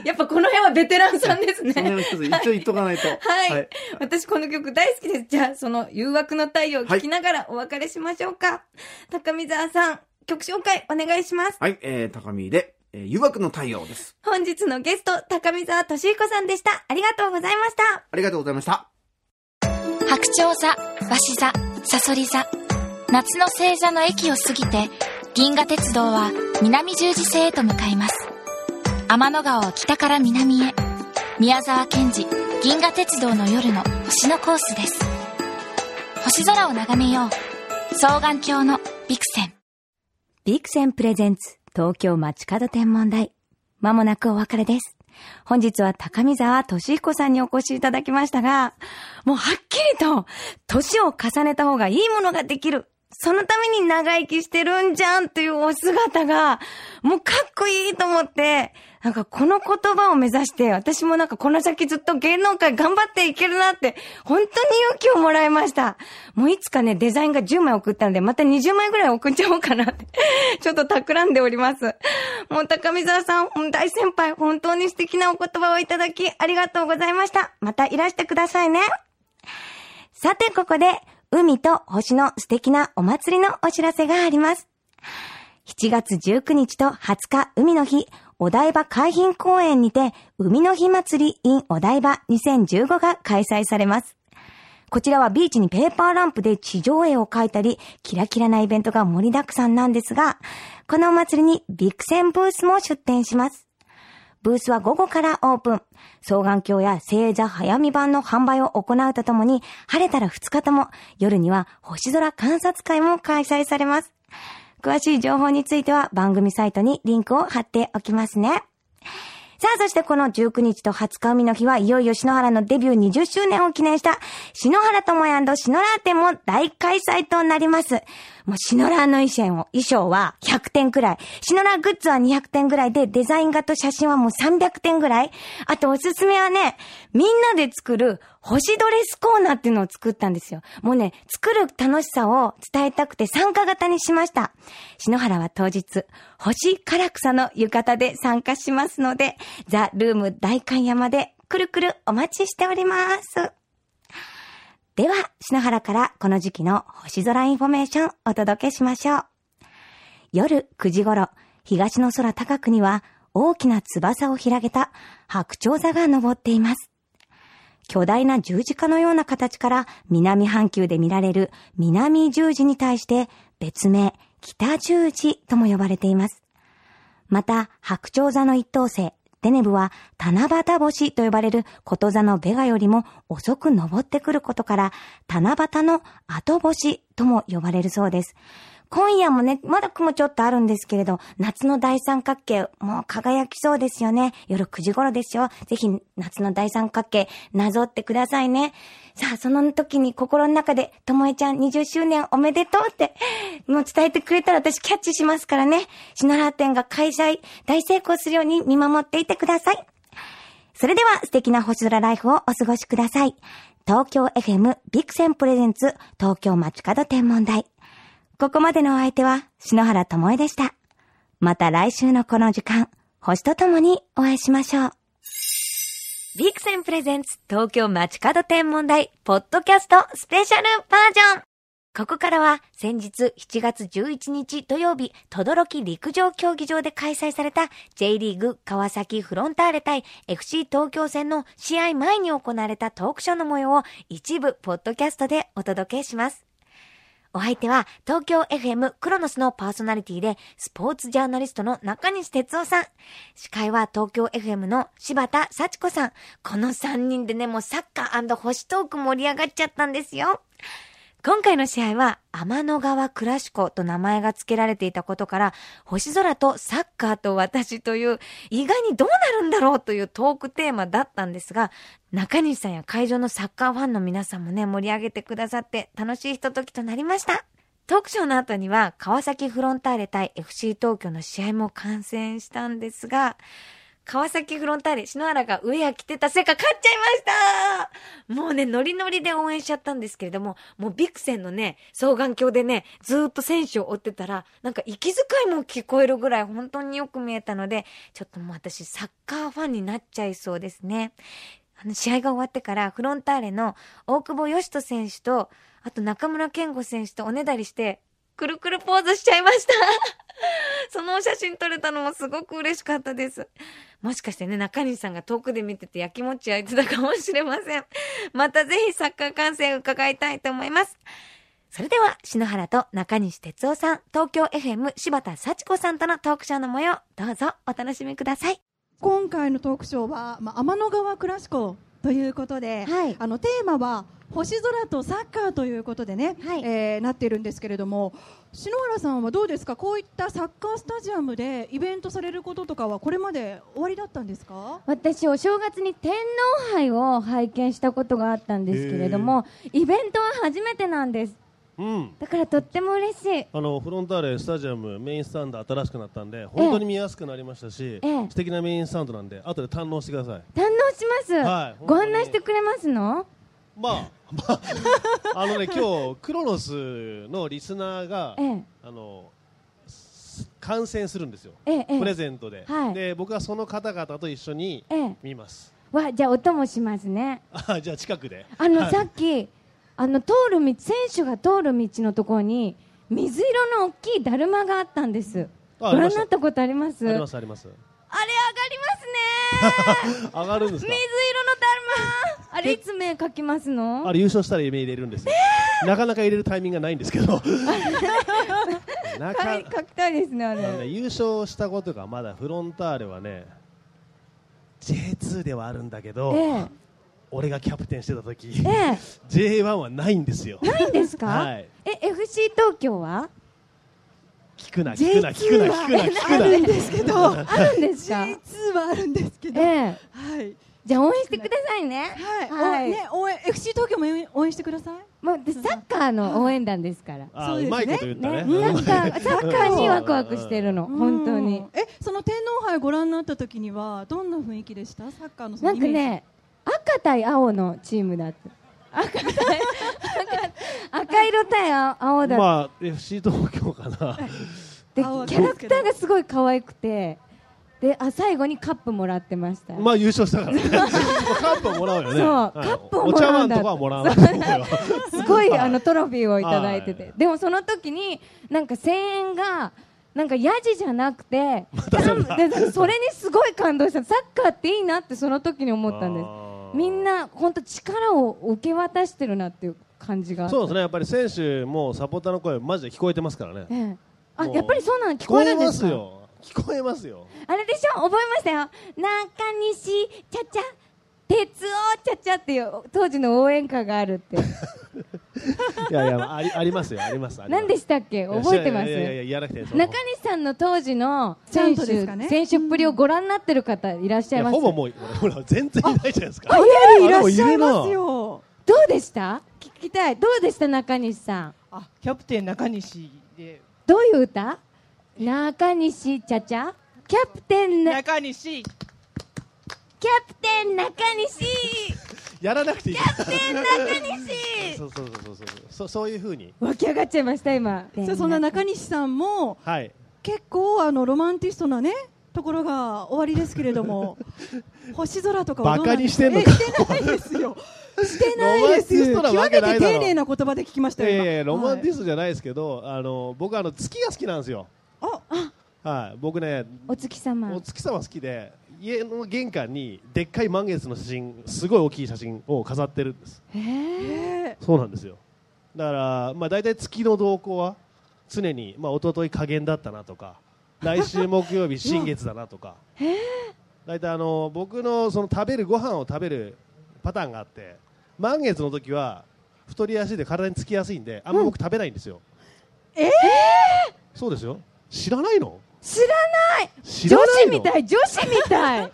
S1: や っぱこの辺はベテランさんですね。
S2: その辺を一つ一応言っとかないと。
S1: はい、私この曲大好きです。じゃあ、その誘惑の太陽を聴きながらお別れしましょうか。高見沢さん、曲紹介お願いします。
S2: はい、えー、高見で、えー、誘惑の太陽です。
S1: 本日のゲスト、高見沢俊彦さんでした。ありがとうございました。
S2: ありがとうございました。
S3: 白鳥座、鷲座、サソリ座。夏の星座の駅を過ぎて、銀河鉄道は南十字星へと向かいます。天の川を北から南へ。宮沢賢治、銀河鉄道の夜の星のコースです。星空を眺めよう。双眼鏡のビクセン。
S1: ビクセンプレゼンツ東京街角天文台。まもなくお別れです。本日は高見沢俊彦さんにお越しいただきましたが、もうはっきりと、年を重ねた方がいいものができる。そのために長生きしてるんじゃんというお姿が、もうかっこいいと思って、なんかこの言葉を目指して、私もなんかこの先ずっと芸能界頑張っていけるなって、本当に勇気をもらいました。もういつかね、デザインが10枚送ったんで、また20枚ぐらい送っちゃおうかなって、 ちょっと企んでおります。もう高見沢さん、もう大先輩、本当に素敵なお言葉をいただき、ありがとうございました。またいらしてくださいね。さて、ここで、海と星の素敵なお祭りのお知らせがあります。7月19日と20日、海の日、お台場海浜公園にて、海の日祭り in お台場2015が開催されます。こちらはビーチにペーパーランプで地上絵を描いたり、キラキラなイベントが盛りだくさんなんですが、このお祭りにビクセンブースも出展します。ブースは午後からオープン。双眼鏡や星座早見版の販売を行うとともに、晴れたら2日とも、夜には星空観察会も開催されます。詳しい情報については番組サイトにリンクを貼っておきますね。さあ、そしてこの19日と20日海の日はいよいよ篠原のデビュー20周年を記念した篠原智也篠原展も大開催となります。もう篠原の衣装を衣装は100点くらい。篠原グッズは200点くらいで、デザイン画と写真はもう300点くらい。あとおすすめはね、みんなで作る星ドレスコーナーっていうのを作ったんですよ。もうね、作る楽しさを伝えたくて参加型にしました。篠原は当日、星唐草の浴衣で参加しますので、ザ・ルーム大観山でくるくるお待ちしております。では、篠原からこの時期の星空インフォメーションお届けしましょう。夜9時頃、東の空高くには大きな翼を広げた白鳥座が昇っています。巨大な十字架のような形から南半球で見られる南十字に対して別名北十字とも呼ばれています。また、白鳥座の一等星、デネブは、七夕星と呼ばれること座のベガよりも遅く登ってくることから、七夕の後星とも呼ばれるそうです。今夜もね、まだ雲ちょっとあるんですけれど、夏の大三角形、もう輝きそうですよね。夜9時頃ですよ。ぜひ、夏の大三角形、なぞってくださいね。さあ、その時に心の中で、ともえちゃん20周年おめでとうって、もう伝えてくれたら私キャッチしますからね。シナラ展が開催、大成功するように見守っていてください。それでは素敵な星空ライフをお過ごしください。東京 FM ビクセンプレゼンツ東京街角天文台。ここまでのお相手は篠原智恵でした。また来週のこの時間、星と共にお会いしましょう。ビクセンプレゼンツ東京街角天文台ポッドキャストスペシャルバージョンここからは先日7月11日土曜日、等々力陸上競技場で開催された J リーグ川崎フロンターレ対 FC 東京戦の試合前に行われたトークショーの模様を一部ポッドキャストでお届けします。お相手は東京 FM クロノスのパーソナリティでスポーツジャーナリストの中西哲夫さん。司会は東京 FM の柴田幸子さん。この3人でね、もうサッカー星トーク盛り上がっちゃったんですよ。今回の試合は天の川クラシコと名前が付けられていたことから星空とサッカーと私という意外にどうなるんだろうというトークテーマだったんですが中西さんや会場のサッカーファンの皆さんもね盛り上げてくださって楽しいひとときとなりましたトークショーの後には川崎フロンターレ対 FC 東京の試合も観戦したんですが川崎フロンターレ、篠原がウェア着てたせいか勝っちゃいましたもうね、ノリノリで応援しちゃったんですけれども、もうビクセンのね、双眼鏡でね、ずーっと選手を追ってたら、なんか息遣いも聞こえるぐらい本当によく見えたので、ちょっともう私サッカーファンになっちゃいそうですね。あの、試合が終わってから、フロンターレの大久保嘉人選手と、あと中村健吾選手とおねだりして、くるくるポーズしちゃいました。 そのお写真撮れたのもすごく嬉しかったです。もしかしてね、中西さんが遠くで見てて焼きもち焼いてたかもしれません。またぜひサッカー観戦伺いたいと思います。それでは、篠原と中西哲夫さん、東京 FM 柴田幸子さんとのトークショーの模様、どうぞお楽しみください。
S4: 今回のトークショーは、まあ、天の川クラシコということで、
S1: はい
S4: あのテーマは星空とサッカーということでね、
S5: はい
S4: えーなっているんですけれども篠原さんはどうですかこういったサッカースタジアムでイベントされることとかはこれまで終わりだったんですか
S1: 私、お正月に天皇杯を拝見したことがあったんですけれども、イベントは初めてなんです。
S6: うん、
S1: だからとっても嬉しい。
S6: あのフロンターレスタジアムメインスタンド新しくなったんで本当に見やすくなりましたし、
S1: ええ
S6: 素敵なメインスタンドなんで後で堪能してください
S1: 堪能します。
S6: はい
S1: ご案内してくれますの
S6: まあ、 まあ、あのね今日クロノスのリスナーが、
S1: ええ
S6: あのす観戦するんですよ、
S1: ええ、え
S6: プレ
S1: え。
S6: ゼントで、
S1: はい
S6: で僕はその方々と一緒に
S1: ええ。
S6: 見ます
S1: わ、じゃあ音もしますね。
S6: あじゃあ近くで
S1: あの、
S6: はい
S1: さっき、あの、通る道、選手が通る道のところに、水色の大きいだるまがあったんです。
S6: あ
S1: ご
S6: あ
S1: 覧
S6: りま
S1: に
S6: した
S1: なったことあります
S6: ありますあります
S1: あれ上が りますね
S6: 上がるんです
S1: 水色のだ
S6: か
S1: るまあれいつ目描きますの
S6: あれ優勝したら夢入れるんですよ、なかなか入れるタイミングがないんですけ どなか、
S1: はい、描きたいですね、あ
S6: あのね
S1: れ。
S6: 優勝したことがまだフロンターレはね J2 ではあるんだけど、
S1: ええ、
S6: 俺がキャプテンしてた時、
S1: え
S6: J1 はないんですよ
S1: え、ないんですか、
S6: はい
S1: え、FC 東京は
S6: 聞くな聞くな聞くな聞くな聞
S4: あ
S6: くな
S4: るんですけど
S1: あるんです か
S4: G2 はあるんですけど、
S1: ええ、
S4: はい
S1: じゃあ応援してくださいね。
S4: はい、
S1: はい
S4: おね、応援 FC 東京も応援応援してください
S1: もう私サッカーの応援団ですから。
S6: あ
S4: そうですね
S6: うまいこと言った
S1: ね、
S6: ね
S1: サ ッカー、サッカーにワクワクしてるの、本当
S4: う
S1: に
S4: ん。えその天皇杯ご覧になった時にはどんな雰囲気でしたサッカーのそ
S1: な
S4: の
S1: んか
S4: イメージ
S1: ね、赤対青のチームだった。赤対、赤赤色対青青だっ
S6: まあ FC 東京かな
S1: て、
S4: 青は
S1: キャラクターがすごい可愛くて、で、あ、最後にカップもらってました。
S6: まあ優勝したからね カップはもらうよね
S1: そう
S6: はい
S1: カップをもらうんだ
S6: お茶碗とかはもらわないと思うよ
S1: すごいあのトロフィーをいただいて
S6: は
S1: て
S6: い、
S1: でもその時に、なんか声援が、なんかヤジじゃなくて、なんででそれにすごい感動した、サッカーっていいなって、その時に思ったんです
S6: あ、ー
S1: みんな本当、力を受け渡してるなっていう感じがあった
S6: そうですねやっぱり選手もサポーターの声マジで聞こえてますからね
S1: ええあ
S6: もう
S1: やっぱりそうなの聞こえるんですか
S6: 聞こえますよ聞こえますよ
S1: あれでしょ覚えましたよ中西ちゃちゃ鉄をちゃちゃっていう当時の応援歌があるって
S6: いやいやありありますよありますあります
S1: 何でしたっけ覚えてます
S6: いやいやいやいややらなくてその
S1: 中西さんの当時の
S4: ちゃ
S1: 選
S4: んと
S1: 手,、
S4: ですかね
S1: 選手っぷりをご覧になってる方いらっしゃい
S6: いや
S1: ます
S6: ほぼもうほら全然いないじゃないですか
S4: あい
S6: あ
S4: ら
S6: で
S4: っ
S6: も
S4: しゃいます
S6: いるな
S4: よ
S1: どうでした聞きたいどうでした中西さん
S7: あキャプテン中西で
S1: どういう歌中西ちゃちゃキャプテンなキャ
S7: 中西
S1: プテン中西
S6: やらなくていい
S1: 中 西
S6: そうそうそうそうそうそうそういう風に
S1: 湧き上がっちゃいました今
S4: じゃあそんな中西さんも
S6: はい
S4: 結構あのロマンティストなねところが終わりですけれど も星空とかはどうなんです
S6: バカにしてんのか
S4: えしてないですよしてないです
S6: ロマンティストなわけ
S4: 極
S6: ない
S4: めて
S6: だろ
S4: 丁寧な言葉で聞きまし
S6: い
S4: た
S6: や
S4: よ
S6: い
S4: 今
S6: やいやロマン
S4: は
S6: ティ
S4: い
S6: ストじゃないですけど、あの僕はあの月が好きなんですよ
S4: あ
S6: はい僕ね
S1: お月様
S6: お月様好きで家の玄関にでっかい満月の写真すごい大きい写真を飾ってるんです
S4: え
S6: そうなんですよだから、まあ、大体月の動向は常に、まあ、一昨日加減だったなとか来週木曜日新月だな とか大体あの僕のその食べるご飯を食べるパターンがあって満月の時は太りやすいで体につきやすいんであんま僕食べないんですよ、そうですよ知らないの
S1: 知らない
S6: 知ら
S1: 女
S6: ない
S1: 子
S6: の
S1: みたい女子みたい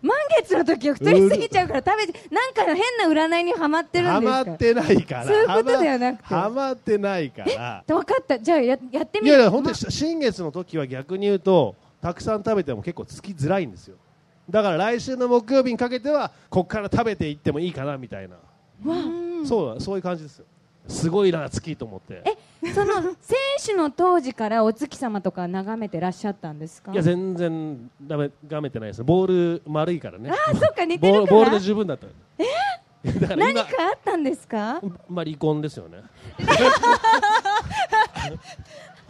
S1: 満月の時は太りすぎちゃうから食べてなんかの変な占いにはまってるん
S6: ハ
S1: ですか
S6: マってないから
S1: そういうことではなくて
S6: ハマってないから
S1: 分かったじゃあややってみ
S6: い
S1: る
S6: やいや本当に新月の時は逆に言うとたくさん食べても結構つきづらいんですよだから来週の木曜日にかけてはここから食べていってもいいかなみたいな、そうだそういう感じですよすごいな月と思って
S1: えその選手の当時からお月様とか眺めてらっしゃったんですか
S6: いや全然ダメがめてないですねボール丸いからね
S1: ああそっか似て
S6: ボ
S1: る
S6: ール
S1: か
S6: ボール
S1: ら
S6: で十分だったえだから
S1: 何
S6: 今
S1: かあったんですか
S6: まあ離婚ですよね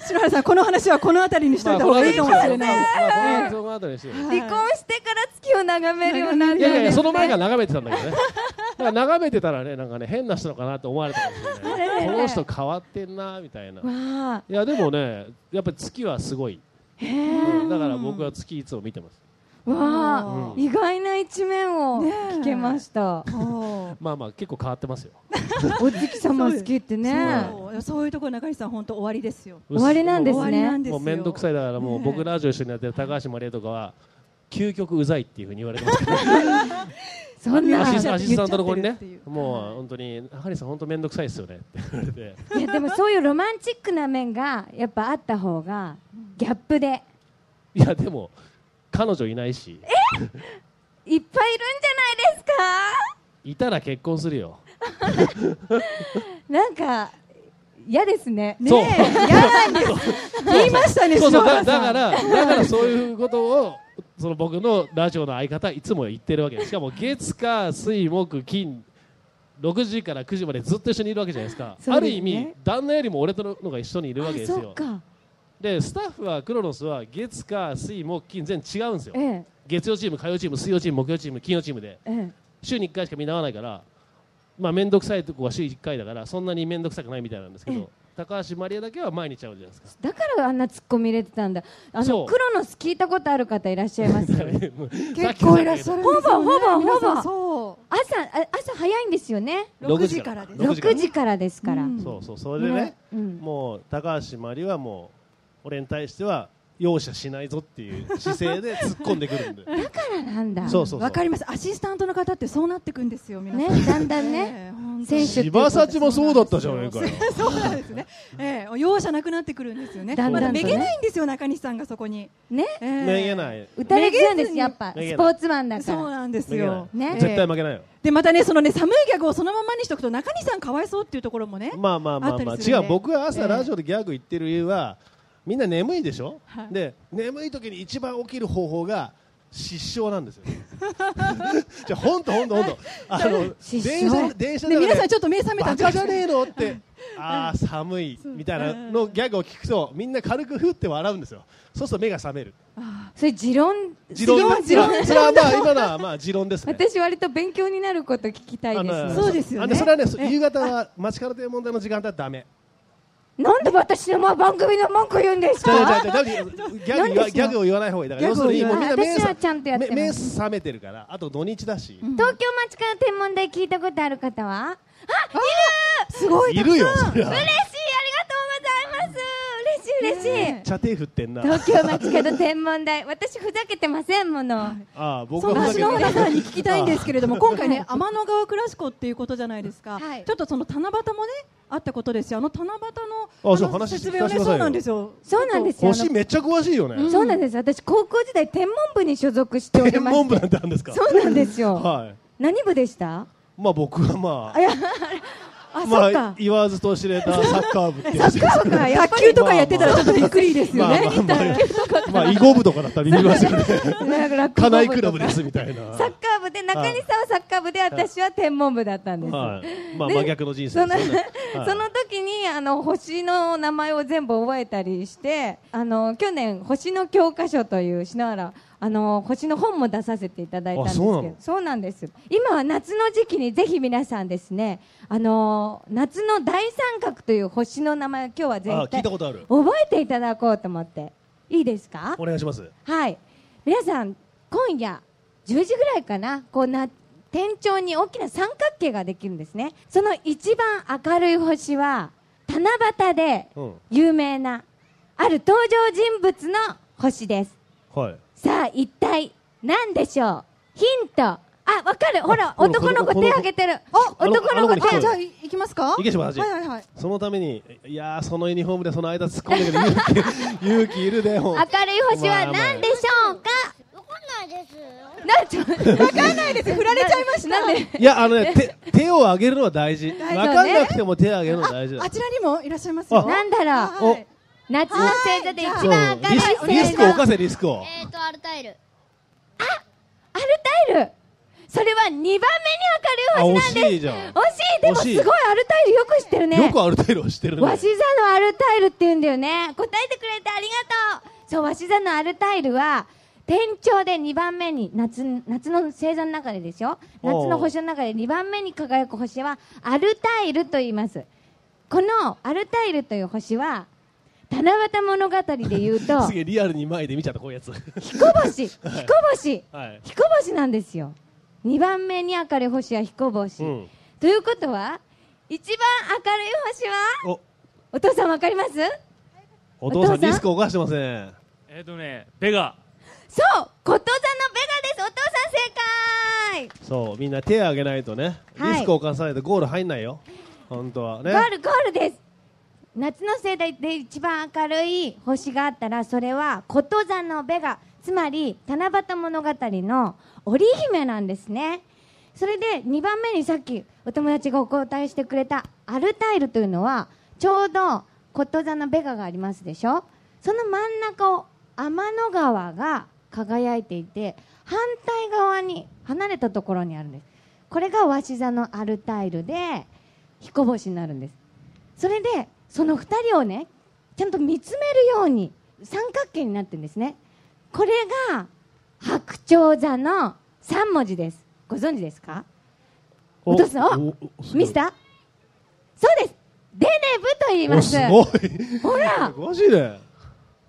S4: 篠原さんこの話はこの辺りにしといた方がいいかもしれないです
S6: まあまあこの後にしてる
S1: 離婚してから月を眺めるようになったん
S6: い
S1: です
S6: やいやい
S1: ね
S6: や、その前から眺めてたんだけどね。だから眺めてたらね、なんかね、変な人のかなって思われたかもしれないね。この人変わってんなみたいな。い
S1: わあ
S6: や、でもね、やっぱり月はすごい。うんだから僕は月いつも見てます。
S1: わあ、
S6: うん
S1: 意外な一面を
S4: ねえ
S1: 聞けま した。
S4: そう
S6: まあまあ結構変わってますよ
S1: お月様好きってね。
S4: そうそういうところ中西さん本当終わりですよ。
S1: 終わりなんですね
S4: 終わりなんです
S6: も
S4: よ。
S6: う面倒くさいだからもう
S4: ねえ
S6: 僕ラジオ一緒にやってる高橋真理恵とかは究極うざいっていうふうに言われてますけど
S1: そんな。
S6: ア
S4: 言っ
S6: シス
S4: ちゃ
S6: ア
S4: って
S6: シスタントの子に
S4: 言っ
S6: ね
S4: ちゃってるっていう
S6: もう本当に「ハリーさん本当面倒くさいですよね」って言われて
S1: いやでもそういうロマンチックな面がやっぱあった方がギャップで
S6: いやでも彼女いないし
S1: いっぱいいるんじゃないですか
S6: いたら結婚するよ
S1: なんか嫌ですね
S6: そう
S4: 言いましたね。
S6: そうそう
S4: 篠
S6: だ
S4: 原さ
S6: だ
S4: ん
S6: からだからそういうことをその僕のラジオの相方いつも言ってるわけですしかも月火水木金6時から9時までずっと一緒にいるわけじゃないですか
S1: そう
S6: あ
S1: で
S6: る
S1: す
S6: 意
S1: ね
S6: 味旦那よりも俺との方が一緒にいるわけ
S1: あ
S6: です
S1: そ
S6: よ
S1: っか
S6: でスタッフはクロノスは月火水木金全然違うんですよ
S1: ええ
S6: 月曜チーム火曜チーム水曜チーム木曜チーム金曜チームで
S1: ええ
S6: 週に1回しかみんな会わないからまあ面倒くさいとこは週1回だからそんなに面倒くさくないみたいなんですけ
S1: ええ
S6: ど高橋マリアだけは毎日会うじゃないですか
S1: だからあんな突っ込み入れてたんだあ
S6: そ
S1: の
S6: う
S1: 黒のス聞いたことある方いらっしゃいます
S6: 結
S4: 結構いらっしゃるんですよね。
S1: ほぼほぼ
S4: 皆さん
S1: ほぼ
S4: そ
S1: 朝あ朝早いんですよね
S4: う。六時からです。
S6: 六時から
S1: 6時からですから、
S4: うん
S6: そうそうそれでね、
S1: うん
S6: もう高橋真理はもう俺に対しては容赦しないぞっていう姿勢で突っ込んでくるんで
S1: だからなんだ
S6: そうそうそ
S4: わ
S6: う
S4: かります。アシスタントの方ってそうなってくんですよ。皆さん。
S1: ねだんだんね
S4: ええ本当に
S1: 選手っていうこと
S6: 柴幸もそうだったじゃないかよ
S4: そうなんですね。ええ、容赦なくなってくるんですよね。
S1: だんだんとね
S4: まだめげないんですよ中西さんがそこに。
S1: ね
S4: ええ
S6: めげない
S1: 打たれちゃうんですやっぱ
S6: めげない
S1: スポーツマンだか
S4: そう
S1: ら
S4: なんです
S6: めげな
S4: よ。
S6: い、
S1: ね
S6: 絶対負けないよ、
S4: でまたねそのね寒いギャグをそのままにしとくと中西さんかわいそうっていうところもね。
S6: まあまあまあま
S4: あ
S6: あ、
S4: ったりす
S6: 違
S4: るね
S6: う僕は朝ラジオでギャグ言ってる理由は、みんな眠いでしょ、
S4: はい
S6: で眠い時に一番起きる方法が失笑なんです よじゃあ本当本当本当あの
S1: 失
S6: 電
S1: 笑
S6: 車電車
S4: で
S6: の中
S4: 皆さんちょっと目覚めた
S6: バ
S4: んで
S6: カじゃねえのってああ寒いみたいなのギャグを聞くとみんな軽くふって笑うんですよそうすると目が覚める
S1: それ持論
S6: 持論ね
S1: 持論持論
S6: それはまあ今のはまあ持論ですね
S1: 私割と勉強になること聞きたいで
S6: あ
S1: す
S6: の
S4: そうですよね
S6: あのそれはね夕方は街からという問題の時間だったらダメ
S1: なんで私の番組の文句言うんです
S6: じゃ
S1: か
S6: あじゃあじゃあギャグ言わ
S1: 何ですよ
S6: ギャグを言わない方がいいだから
S4: ギャグ
S6: 要す
S4: を
S6: るに
S4: 言わ
S6: も
S4: な
S6: うみ
S4: い
S6: んな目
S1: 私はちゃんとやってます
S6: 目目覚めてるからあと土日だし、
S1: 東京町から天文台聞いたことある方は
S4: すごい
S6: いるよそ
S1: 嬉しいあり
S6: りゃ
S1: がとうございます嬉しい嬉しい、
S6: 茶手振ってんな
S1: 東京町角天文台私ふざけてませんもの、
S6: ああ僕
S4: そん
S6: はふ
S4: な
S6: ざ
S4: 篠原
S6: けてない
S4: さんに聞きたいんですけれども、今回ね、天の川クラシコっていうことじゃないですか、
S1: はい
S4: ちょっとその七夕もね、あったことですよ、あの七夕の
S6: あそう
S4: あの
S6: 話
S4: 説明を
S6: 聞かせ
S4: ね、
S6: てくだ
S4: そ
S6: さいよ
S4: うなんですよ、
S1: そうなんですよあ
S6: 星めっちゃ詳しいよね、
S1: のそうなんです私高校時代天文部に所属しており
S6: 天
S1: まして
S6: 文部なんてあるんですか
S1: そうなんですよ、
S6: はい
S1: 何部でした
S6: まあ僕はまあ
S1: あいやあ、そっ
S6: まあ
S1: か
S6: 言わずと知 れたサッカー部っていう
S4: 卓球とかやってたら、ちょっとびっくりですよ
S6: まあ
S4: ね、
S6: まあまあまあ囲碁部とかだったら見ますよ ね
S1: なんか落語部とか
S6: 家内クラブですみたいな
S1: サッカー部で中西さんはサッカー部で私は天文部だったんです、
S6: はいまあ
S1: で
S6: 真逆の人
S1: その
S6: 生ですよねはい
S1: その時にあの星の名前を全部覚えたりしてあの去年、星の教科書という篠原あの星の本も出させていただいたんですけど
S6: あそうなの
S1: そうなんです今は夏の時期にぜひ皆さんですねあの夏の大三角という星の名前を今日は
S6: あ
S1: 絶
S6: 聞い
S1: 対
S6: たことある
S1: 覚えていただこうと思っていいですか
S6: お願いします
S1: はい皆さん今夜10時ぐらいかなこうな天頂に大きな三角形ができるんですねその一番明るい星は七夕で
S6: うん
S1: 有名なある登場人物の星です
S6: はい
S1: さあ一体何でしょうヒントあわかるほら
S6: ほら
S1: 男の
S6: こ
S1: 子
S6: の
S1: 手挙げてる
S6: あの
S1: 男の
S6: あ
S1: 子
S6: の
S1: 手
S6: 子
S1: 挙げて
S4: あ
S6: に
S4: じゃ
S1: る
S4: あ、いきますか、
S6: いけしまはじ
S4: はいはいはい、
S6: そのために、いやー、そのユニフォームでその間突っ込んでくる 勇気、勇気いるで、もう。
S1: 明るい星は何でしょうかわかんないですわかんないです振られちゃいましたなんで
S6: いや、あのね、手手を上げるのは大事。わ
S1: 事
S6: かんなくても手を上げるのは大事だ
S4: あ。ちらにもいらっしゃいますよ、
S1: なんだろう
S6: お、
S4: はい
S1: 夏の星座で一
S6: そう
S1: 番明るい
S6: リ
S1: 星
S6: ス
S1: 座
S6: リスクを犯せ、リスクを。
S8: えーと、アルタイル。
S1: アルタイルそれは2番目に明るい星なん
S6: あ惜し
S1: で
S6: い
S1: す
S6: じゃん
S1: 惜しいでも
S6: 惜しい
S1: すごいアルタイルよく知ってるね
S6: よくある程度してるね。
S1: わし座のアルタイルって言うんだよね答えてくれてありがとうそうわし座のアルタイルは天頂で2番目に夏夏の星座の中でですよ夏の星の中で2番目に輝く星はアルタイルと言いますこのアルタイルという星は七夕物語で言う と
S6: すげえリアルに前で見ちゃったこ ういうやつ
S1: 彦星彦星
S6: はい、
S1: 彦星なんですよ2番目に明るい星は彦星、
S6: うん、
S1: ということは一番明るい星は
S6: お
S1: お父さんわかります
S6: お
S1: お父
S6: 父さん
S1: さん
S6: リスクを犯してません
S9: えっ、とね、ベガ。
S1: そうことざのベガですお父さん正解
S6: そうみんな手を挙げないとね、
S1: はい
S6: リスクを犯さないとゴール入んないよ本当はね
S1: ゴールゴールです夏の世代で一番明るい星があったらそれはことざのベガつまり七夕物語の織姫なんですねそれで2番目にさっきお友達がお答えしてくれたアルタイルというのはちょうどことざのベガがありますでしょその真ん中を天の川が輝いていて反対側に離れたところにあるんですこれが鷲座のアルタイルで彦星になるんですそれでその2人をねちゃんと見つめるように三角形になってるんですねこれが白鳥座の3文字ですご存知ですかお父さんミスタ
S6: ー
S1: ーそうですデネブと言います
S6: すごい
S1: ほら
S6: マジで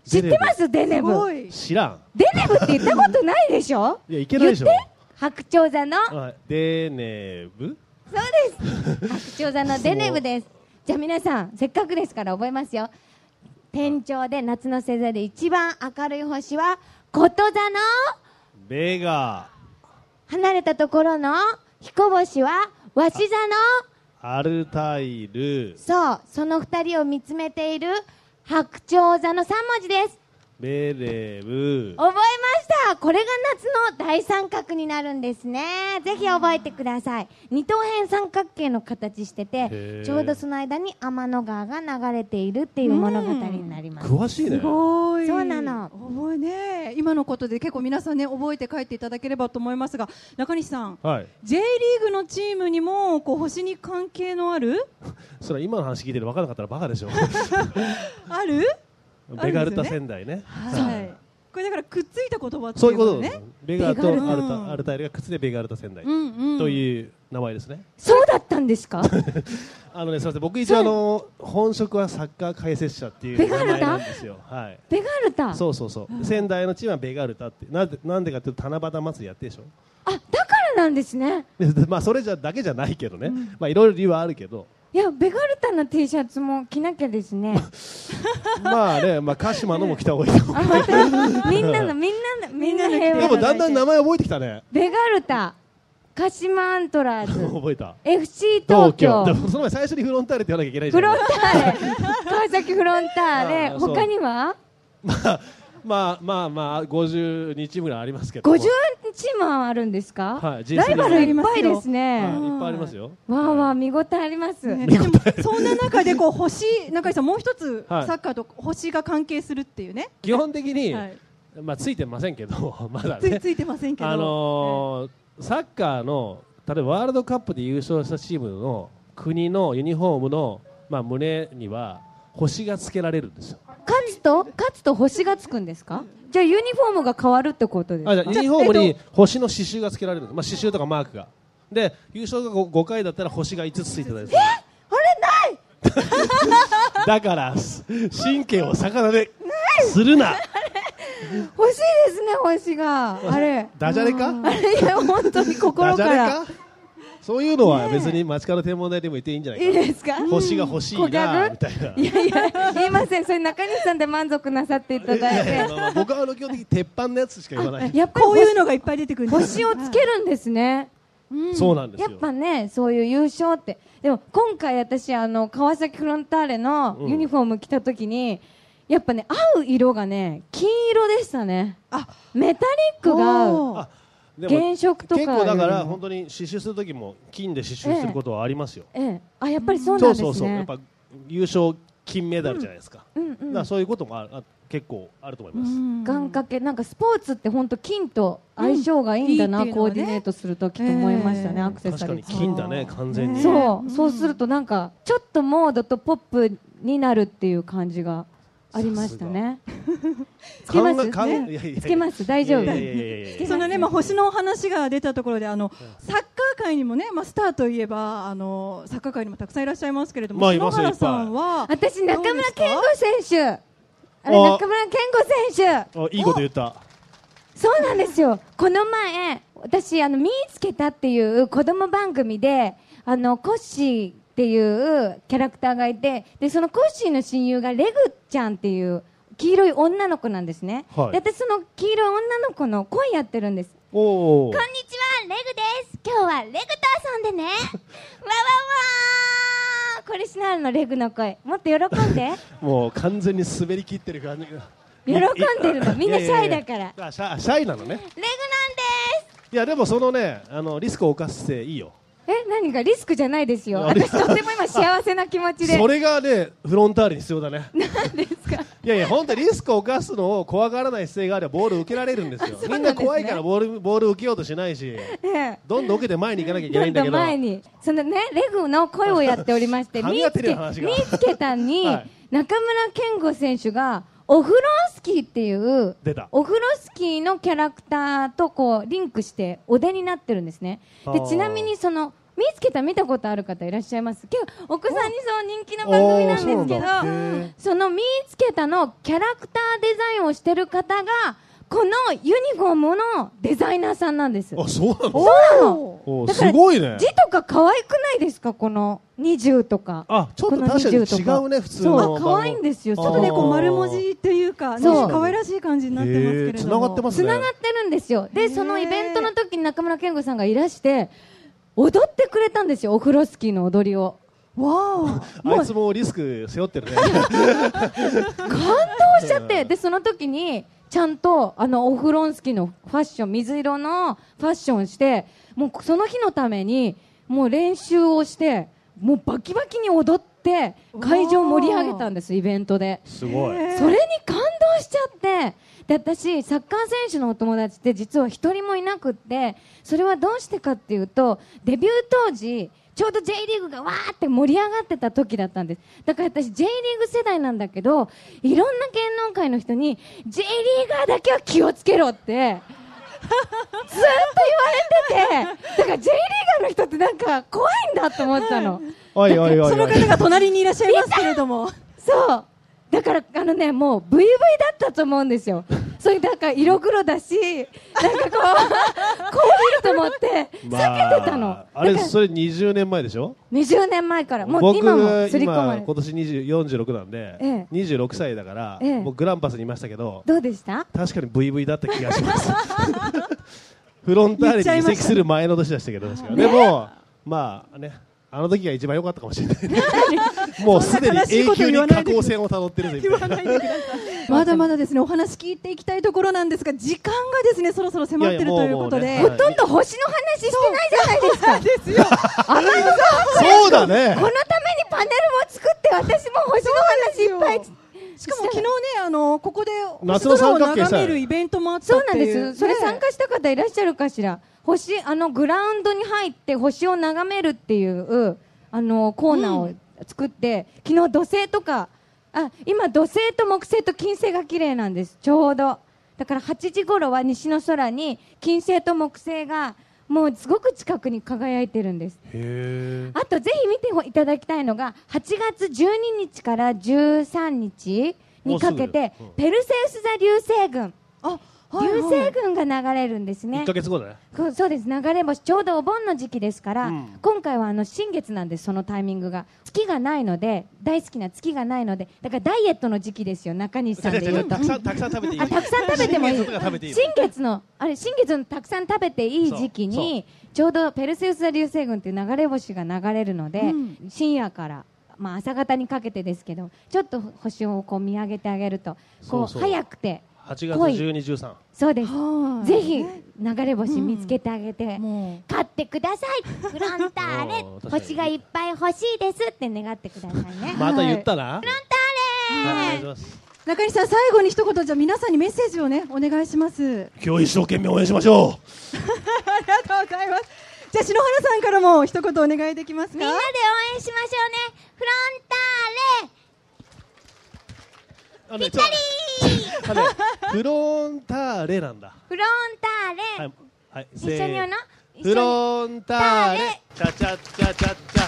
S1: 知ってま
S6: テ
S1: すデネ
S4: すご
S1: ブ
S4: い
S6: レビ知らん
S1: デネブって言ったことないでしょ
S6: いやいけないでしょ
S1: 言って白鳥座の
S6: はいデネブ
S1: そうです。白鳥座のデネブです。じゃあ皆さん、せっかくですから覚えますよ。天頂で夏の星座で一番明るい星は、こと座の
S6: ベガ
S1: 離れたところの彦星は、わし座の
S6: アルタイル
S1: そう、その二人を見つめている白鳥座の三文字です。
S6: ベレブ
S1: 覚えましたこれが夏の大三角になるんですねぜひ覚えてください二等辺三角形の形して
S6: へ
S1: て
S6: ー
S1: ちょうどその間に天の川が流れているっていう物語になります
S6: 詳しいね
S4: すごい
S1: そうなの
S4: 覚えね今のことで結構皆さんね覚えて帰っていただければと思いますが中西さん
S6: はい
S4: J リーグのチームにもこう星に関係のある
S6: それ今の話聞いてる分からなかったらバカでしょ
S4: ある
S6: ベガルタ仙台ね
S4: はいこれだからくっついた言葉って
S6: そう
S4: い
S6: いう
S4: こ
S6: うことと
S4: ね
S6: ですねベガとアル
S4: ベガルタ
S6: タアルタイルが靴でベガルタ仙台
S4: うんうん
S6: という名前ですね
S1: そうだったんですか
S6: あのねすみません僕一応あの本職はサッカー解説者っていう
S1: ベガ
S6: 名
S1: ルタ
S6: 前なんですよはい
S1: ベガルタ
S6: そうそうそう仙台のチームはベガルタってなんでなんでかっていうと七夕祭りやってるでしょ
S1: あだからなんですね
S6: でで まあそれじゃだけじゃないけどね、まあいろいろ理由はあるけど、
S1: いやベガルタの T シャツも着なきゃですね
S6: まあね、まあ鹿島のも来た方が いいと思う。
S1: あ本当みんなのみんなのみんなの平和
S6: でもだんだん名前覚えてきたね。
S1: ベガルタ鹿島アント ラーズ
S6: 覚えた。
S1: FC 東京
S6: でもその前最初にフロンターレって言わなきゃいけないじゃ
S1: フ
S6: ん。
S1: ロンターレ川崎フロンター
S6: あ
S1: レ
S6: ーそう
S1: 他には
S6: まあまあまあ52チームぐらいありますけど。
S1: 50チームはあるんですか、
S6: はい。J3
S1: ライバルいっぱいです
S6: はい
S1: ね、
S6: いっぱいありますよ。
S1: わーわー見応えあります、
S4: ねでもそんな中でこう星 中井さんもう一つサ
S6: はい
S4: ッカーと星が関係するっていうね
S6: 基本的に、
S4: はい
S6: まあついてませんけど まだ
S4: つい
S6: ね。
S4: ついてませんけど
S6: あのーサッカーの例えばワールドカップで優勝したチームの国のユニフォームのまあ胸には星がつけられるんですよ。
S1: 勝つと勝つと星がつくんですかじゃあユニフォームが変わるってことですか
S6: あじゃあユニフォームに星の刺繍がつけられる、まあ、刺繍とかマークがで優勝が 5, 回だったら星が5つついて たりするあれないだからす神経を逆なでするな
S1: 欲しいですね星があれ
S6: ダジャレか
S1: あれいや本当に心
S6: ダジャ
S1: か
S6: レ
S1: ら
S6: かそういうのは別に街角天文台でも言っていいんじゃない
S1: いい
S6: かな
S1: ですか
S6: 星が欲しい
S1: 小ギャ
S6: な
S1: グ
S6: みたいない
S1: やいや言いませんそれ中西さんで満足なさっていただい
S6: いやいや
S1: て
S6: まあまあ僕はあの基本的に鉄板のやつしか言わない
S1: やっぱり
S4: こういうのがいっぱい出てくるんです
S1: 星をつけるんですね
S6: そうなんです
S1: や
S6: よ
S1: っぱね、そういう優勝って、でも今回、私、あの川崎フロンターレのユニフォーム着たときに、やっぱね、合う色がね、金色でしたね、
S4: あ
S1: メタリックが合う、
S4: おー
S6: でも
S1: 原色とか
S6: 結構だか
S1: よ
S6: ら
S1: りも
S6: 本当に刺繍する時も金で刺繍することはありますよ、
S1: ええ、あやっぱりそう
S6: そ
S1: なん
S6: う
S1: ですね、
S6: そうそう、やっぱ優勝金メダルじゃないですか。
S1: うん
S6: だ
S1: う
S6: か
S1: ん
S6: ら、そういうこともあるあ結構あると思います。
S1: 願掛け、なんかスポーツって本当、金と相性がいいんだな、
S4: うんいいっていうの
S1: コ
S4: はね
S1: ーディネートするときと思いましたね、
S4: ええ
S1: アクセ
S6: 確
S1: サ
S6: か
S1: リー
S6: に金だね、完全に。
S1: そう、
S4: うん
S1: そうするとなんかちょっとモードとポップになるっていう感じがありましたね。 つけます
S6: 考え考えいやいやいや
S1: つけます大丈夫。
S6: いやいやいやいやいや
S4: そのね、まあ、星のお話が出たところであのサッカー界にもね、まあ、スターといえばあのサッカー界にもたくさんいらっしゃいますけれども、
S6: まあい
S4: 篠
S6: ますよ
S4: 原さんは
S1: 私中村
S4: どう
S1: 健吾選手あれ
S6: あ
S1: 中村健吾選手
S6: あいいこと言った
S1: そうなんですよこの前私あの「見つけた」っていう子供番組であのコッシーっていうキャラクターがいてでそのコッシーの親友がレグちゃんっていう黄色い女の子なんですね、
S6: はい
S1: で私その黄色い女の子の声やってるんです
S6: お
S1: こん
S6: お
S1: にちは、レグです。今日はレグと遊 んでね。わわわーこれシナールのレグの声。もっ と喜んで。
S6: もう完全に滑り切ってる感じが
S1: 喜んでるの。みんなシャイだから
S6: いやい。やいやあシャシャイなのね
S1: レグなんです。
S6: いやでもそのねあのリスクを犯していいよ
S1: え、何かリスクじゃないですよ。
S6: あリ
S1: 私
S6: スク
S1: とても今幸せな気持ちで。
S6: それがねフロンターレに必要だね
S1: なんですか。
S6: いやいや本当にリスクを犯すのを怖がらない姿勢があればボール受けられるんですよ
S1: あそう
S6: み
S1: なん
S6: ん
S1: ですね
S6: な怖いからボールボール受けようとしないし
S1: え
S6: どんどん受けて前に行かなきゃ
S1: え
S6: いけないんだけど
S1: 前にそのねレグの声をやっておりまし て
S6: 噛み合ってるよ話が
S1: 見つけたに、
S6: はい
S1: 中村健吾選手がオフロスキーっていう
S6: 出た
S1: オフロスキーのキャラクターとこうリンクしてお出になってるんですね
S6: あ
S1: で
S6: ー
S1: ちなみにその見つけた見たことある方いらっしゃいます結構お子さんにそう人気の番組なんですけ
S6: おーそう
S1: ど
S6: なんだ
S1: うん
S6: へー
S1: その見つけたのキャラクターデザインをしてる方がこのユニフォームのデザイナーさんなんです
S6: あそう
S1: そ
S6: な
S1: う
S6: の
S1: なの
S6: お
S1: だ
S6: ー
S1: から
S6: すごいね
S1: 字とか可愛くないですかこの20とか
S6: あちょっと確かに違うね普通
S1: そ
S6: の
S1: う可愛いんですよ
S6: ち
S1: ち
S4: ちょっとねこう丸文字というか、ね、
S1: そう
S4: 可愛らしい感じになってますけれども。
S6: つながってます
S1: つ
S6: ね
S1: ながってるんですよ
S4: へ
S1: で
S4: ー
S1: そのイベントの時に中村健吾さんがいらして踊ってくれたんですよオフロスキーの踊りを
S4: わ
S6: あいつもリスク背負って るね
S1: 感動しちゃってでその時にちゃんとあのオフロンスキーのファッション水色のファッションしてもうその日のためにもう練習をしてもうバキバキに踊って会場を盛り上げたんですイベントです
S6: ごい
S4: ー
S1: それに感動しちゃってで私、サッカー選手のお友達って実は一人もいなくってそれはどうしてかっていうとデビュー当時ちょうど J リーグがわーって盛り上がってた時だったんですだから私 J リーグ世代なんだけどいろんな芸能界の人に J リーガーだけは気をつけろってずーっと言われててだから J リーガーの人ってなんか怖いんだと思ってたの。
S6: おいおいおいおい
S4: その方が隣にいらっしゃいますけれども。
S1: そうだからあのねもう VV だったと思うんです よそれだから色黒だしなんかこう怖いと思って避け
S6: まあ
S1: てたの、
S6: あれそれ20年前でしょ
S1: 20年前からもう
S6: 僕
S1: 今もすり込ま
S6: 今
S1: れ
S6: 今
S1: て
S6: 年20 46なんで、
S1: ええ
S6: 26歳だから、
S1: ええ
S6: 僕グランパスにいましたけど
S1: どうでした
S6: 確かに VV だった気がします フロンターレに移籍する前の年でしたけど確かでもまあねあの時が一番良かったかもしれない もうすでに永久に下降線をたどってるぜみたいな
S4: まだまだですねお話聞いていきたいところなんですが時間がですねそろそろ迫ってるということ
S6: いや
S4: で
S6: いや
S1: ほ
S6: もうもうね
S1: とんど星の話してないじゃないですか
S4: ですよ
S6: そうだね
S1: このためにパネルも作って私も星の話いっぱい
S4: しかも昨日ねあのここで
S6: 夏の三角形さ
S4: 星空を眺めるイベントもあった
S1: そ
S4: っ
S1: うな
S4: て
S1: ん
S4: い
S1: です、
S4: う
S1: それ
S4: ね
S1: 参加した方いらっしゃるかしら星あのグラウンドに入って星を眺めるっていうあのコーナーを作って、昨日土星とかあ今土星と木星と金星が綺麗なんですちょうどだから8時頃は西の空に金星と木星がもうすごく近くに輝いてるんですあとぜひ見ていただきたいのが8月12日から13日にかけて
S6: もうすぐうん
S1: ペルセウス座流星群
S4: あはい
S1: 流
S4: は
S1: 星
S4: い
S1: 群が流れるんですね
S6: 1。ヶ月後だね
S1: こうそうです流れ星ちょうどお盆の時期ですから、
S6: うん
S1: 今回はあの新月なんですそのタイミングが月がないので大好きな月がないのでだからダイエットの時期ですよ中西さんで言うと
S6: たくさんたくさん食べていい
S1: あたくさん食べてもいい
S6: 新月とか食べていい
S1: 新月のあれ新月のたくさん食べていい時期にちょうどペルセウス座流星群っていう流れ星が流れるので、
S4: うん
S1: 深夜から、まあ、朝方にかけてですけどちょっと星をこう見上げてあげるとこう
S6: そうそう
S1: 早くて
S6: 8月1213
S1: そうです
S4: はい
S1: ぜひ流れ星見つけてあげて、
S4: もう
S1: 買ってくださいフロンター レ
S6: おー確かに
S1: 星がいっぱい欲しいですって願ってくださいね
S6: また言ったな、はいお願いし
S1: 誰
S6: ます
S4: 中西さん最後に一言じゃあ皆さんにメッセージをねお願いします。
S6: 今日一生懸命応援しましょう
S4: ありがとうございます。じゃあ篠原さんからも一言お願いできます
S1: みんなで
S4: か
S1: 応。援しましょうねフロンターレ
S6: あのねちょあのねフロンターレなんだ
S1: フロンターレ、
S6: はい、はい、
S1: 一緒に言うの
S6: せーフロンターレチャチャチャチャチャ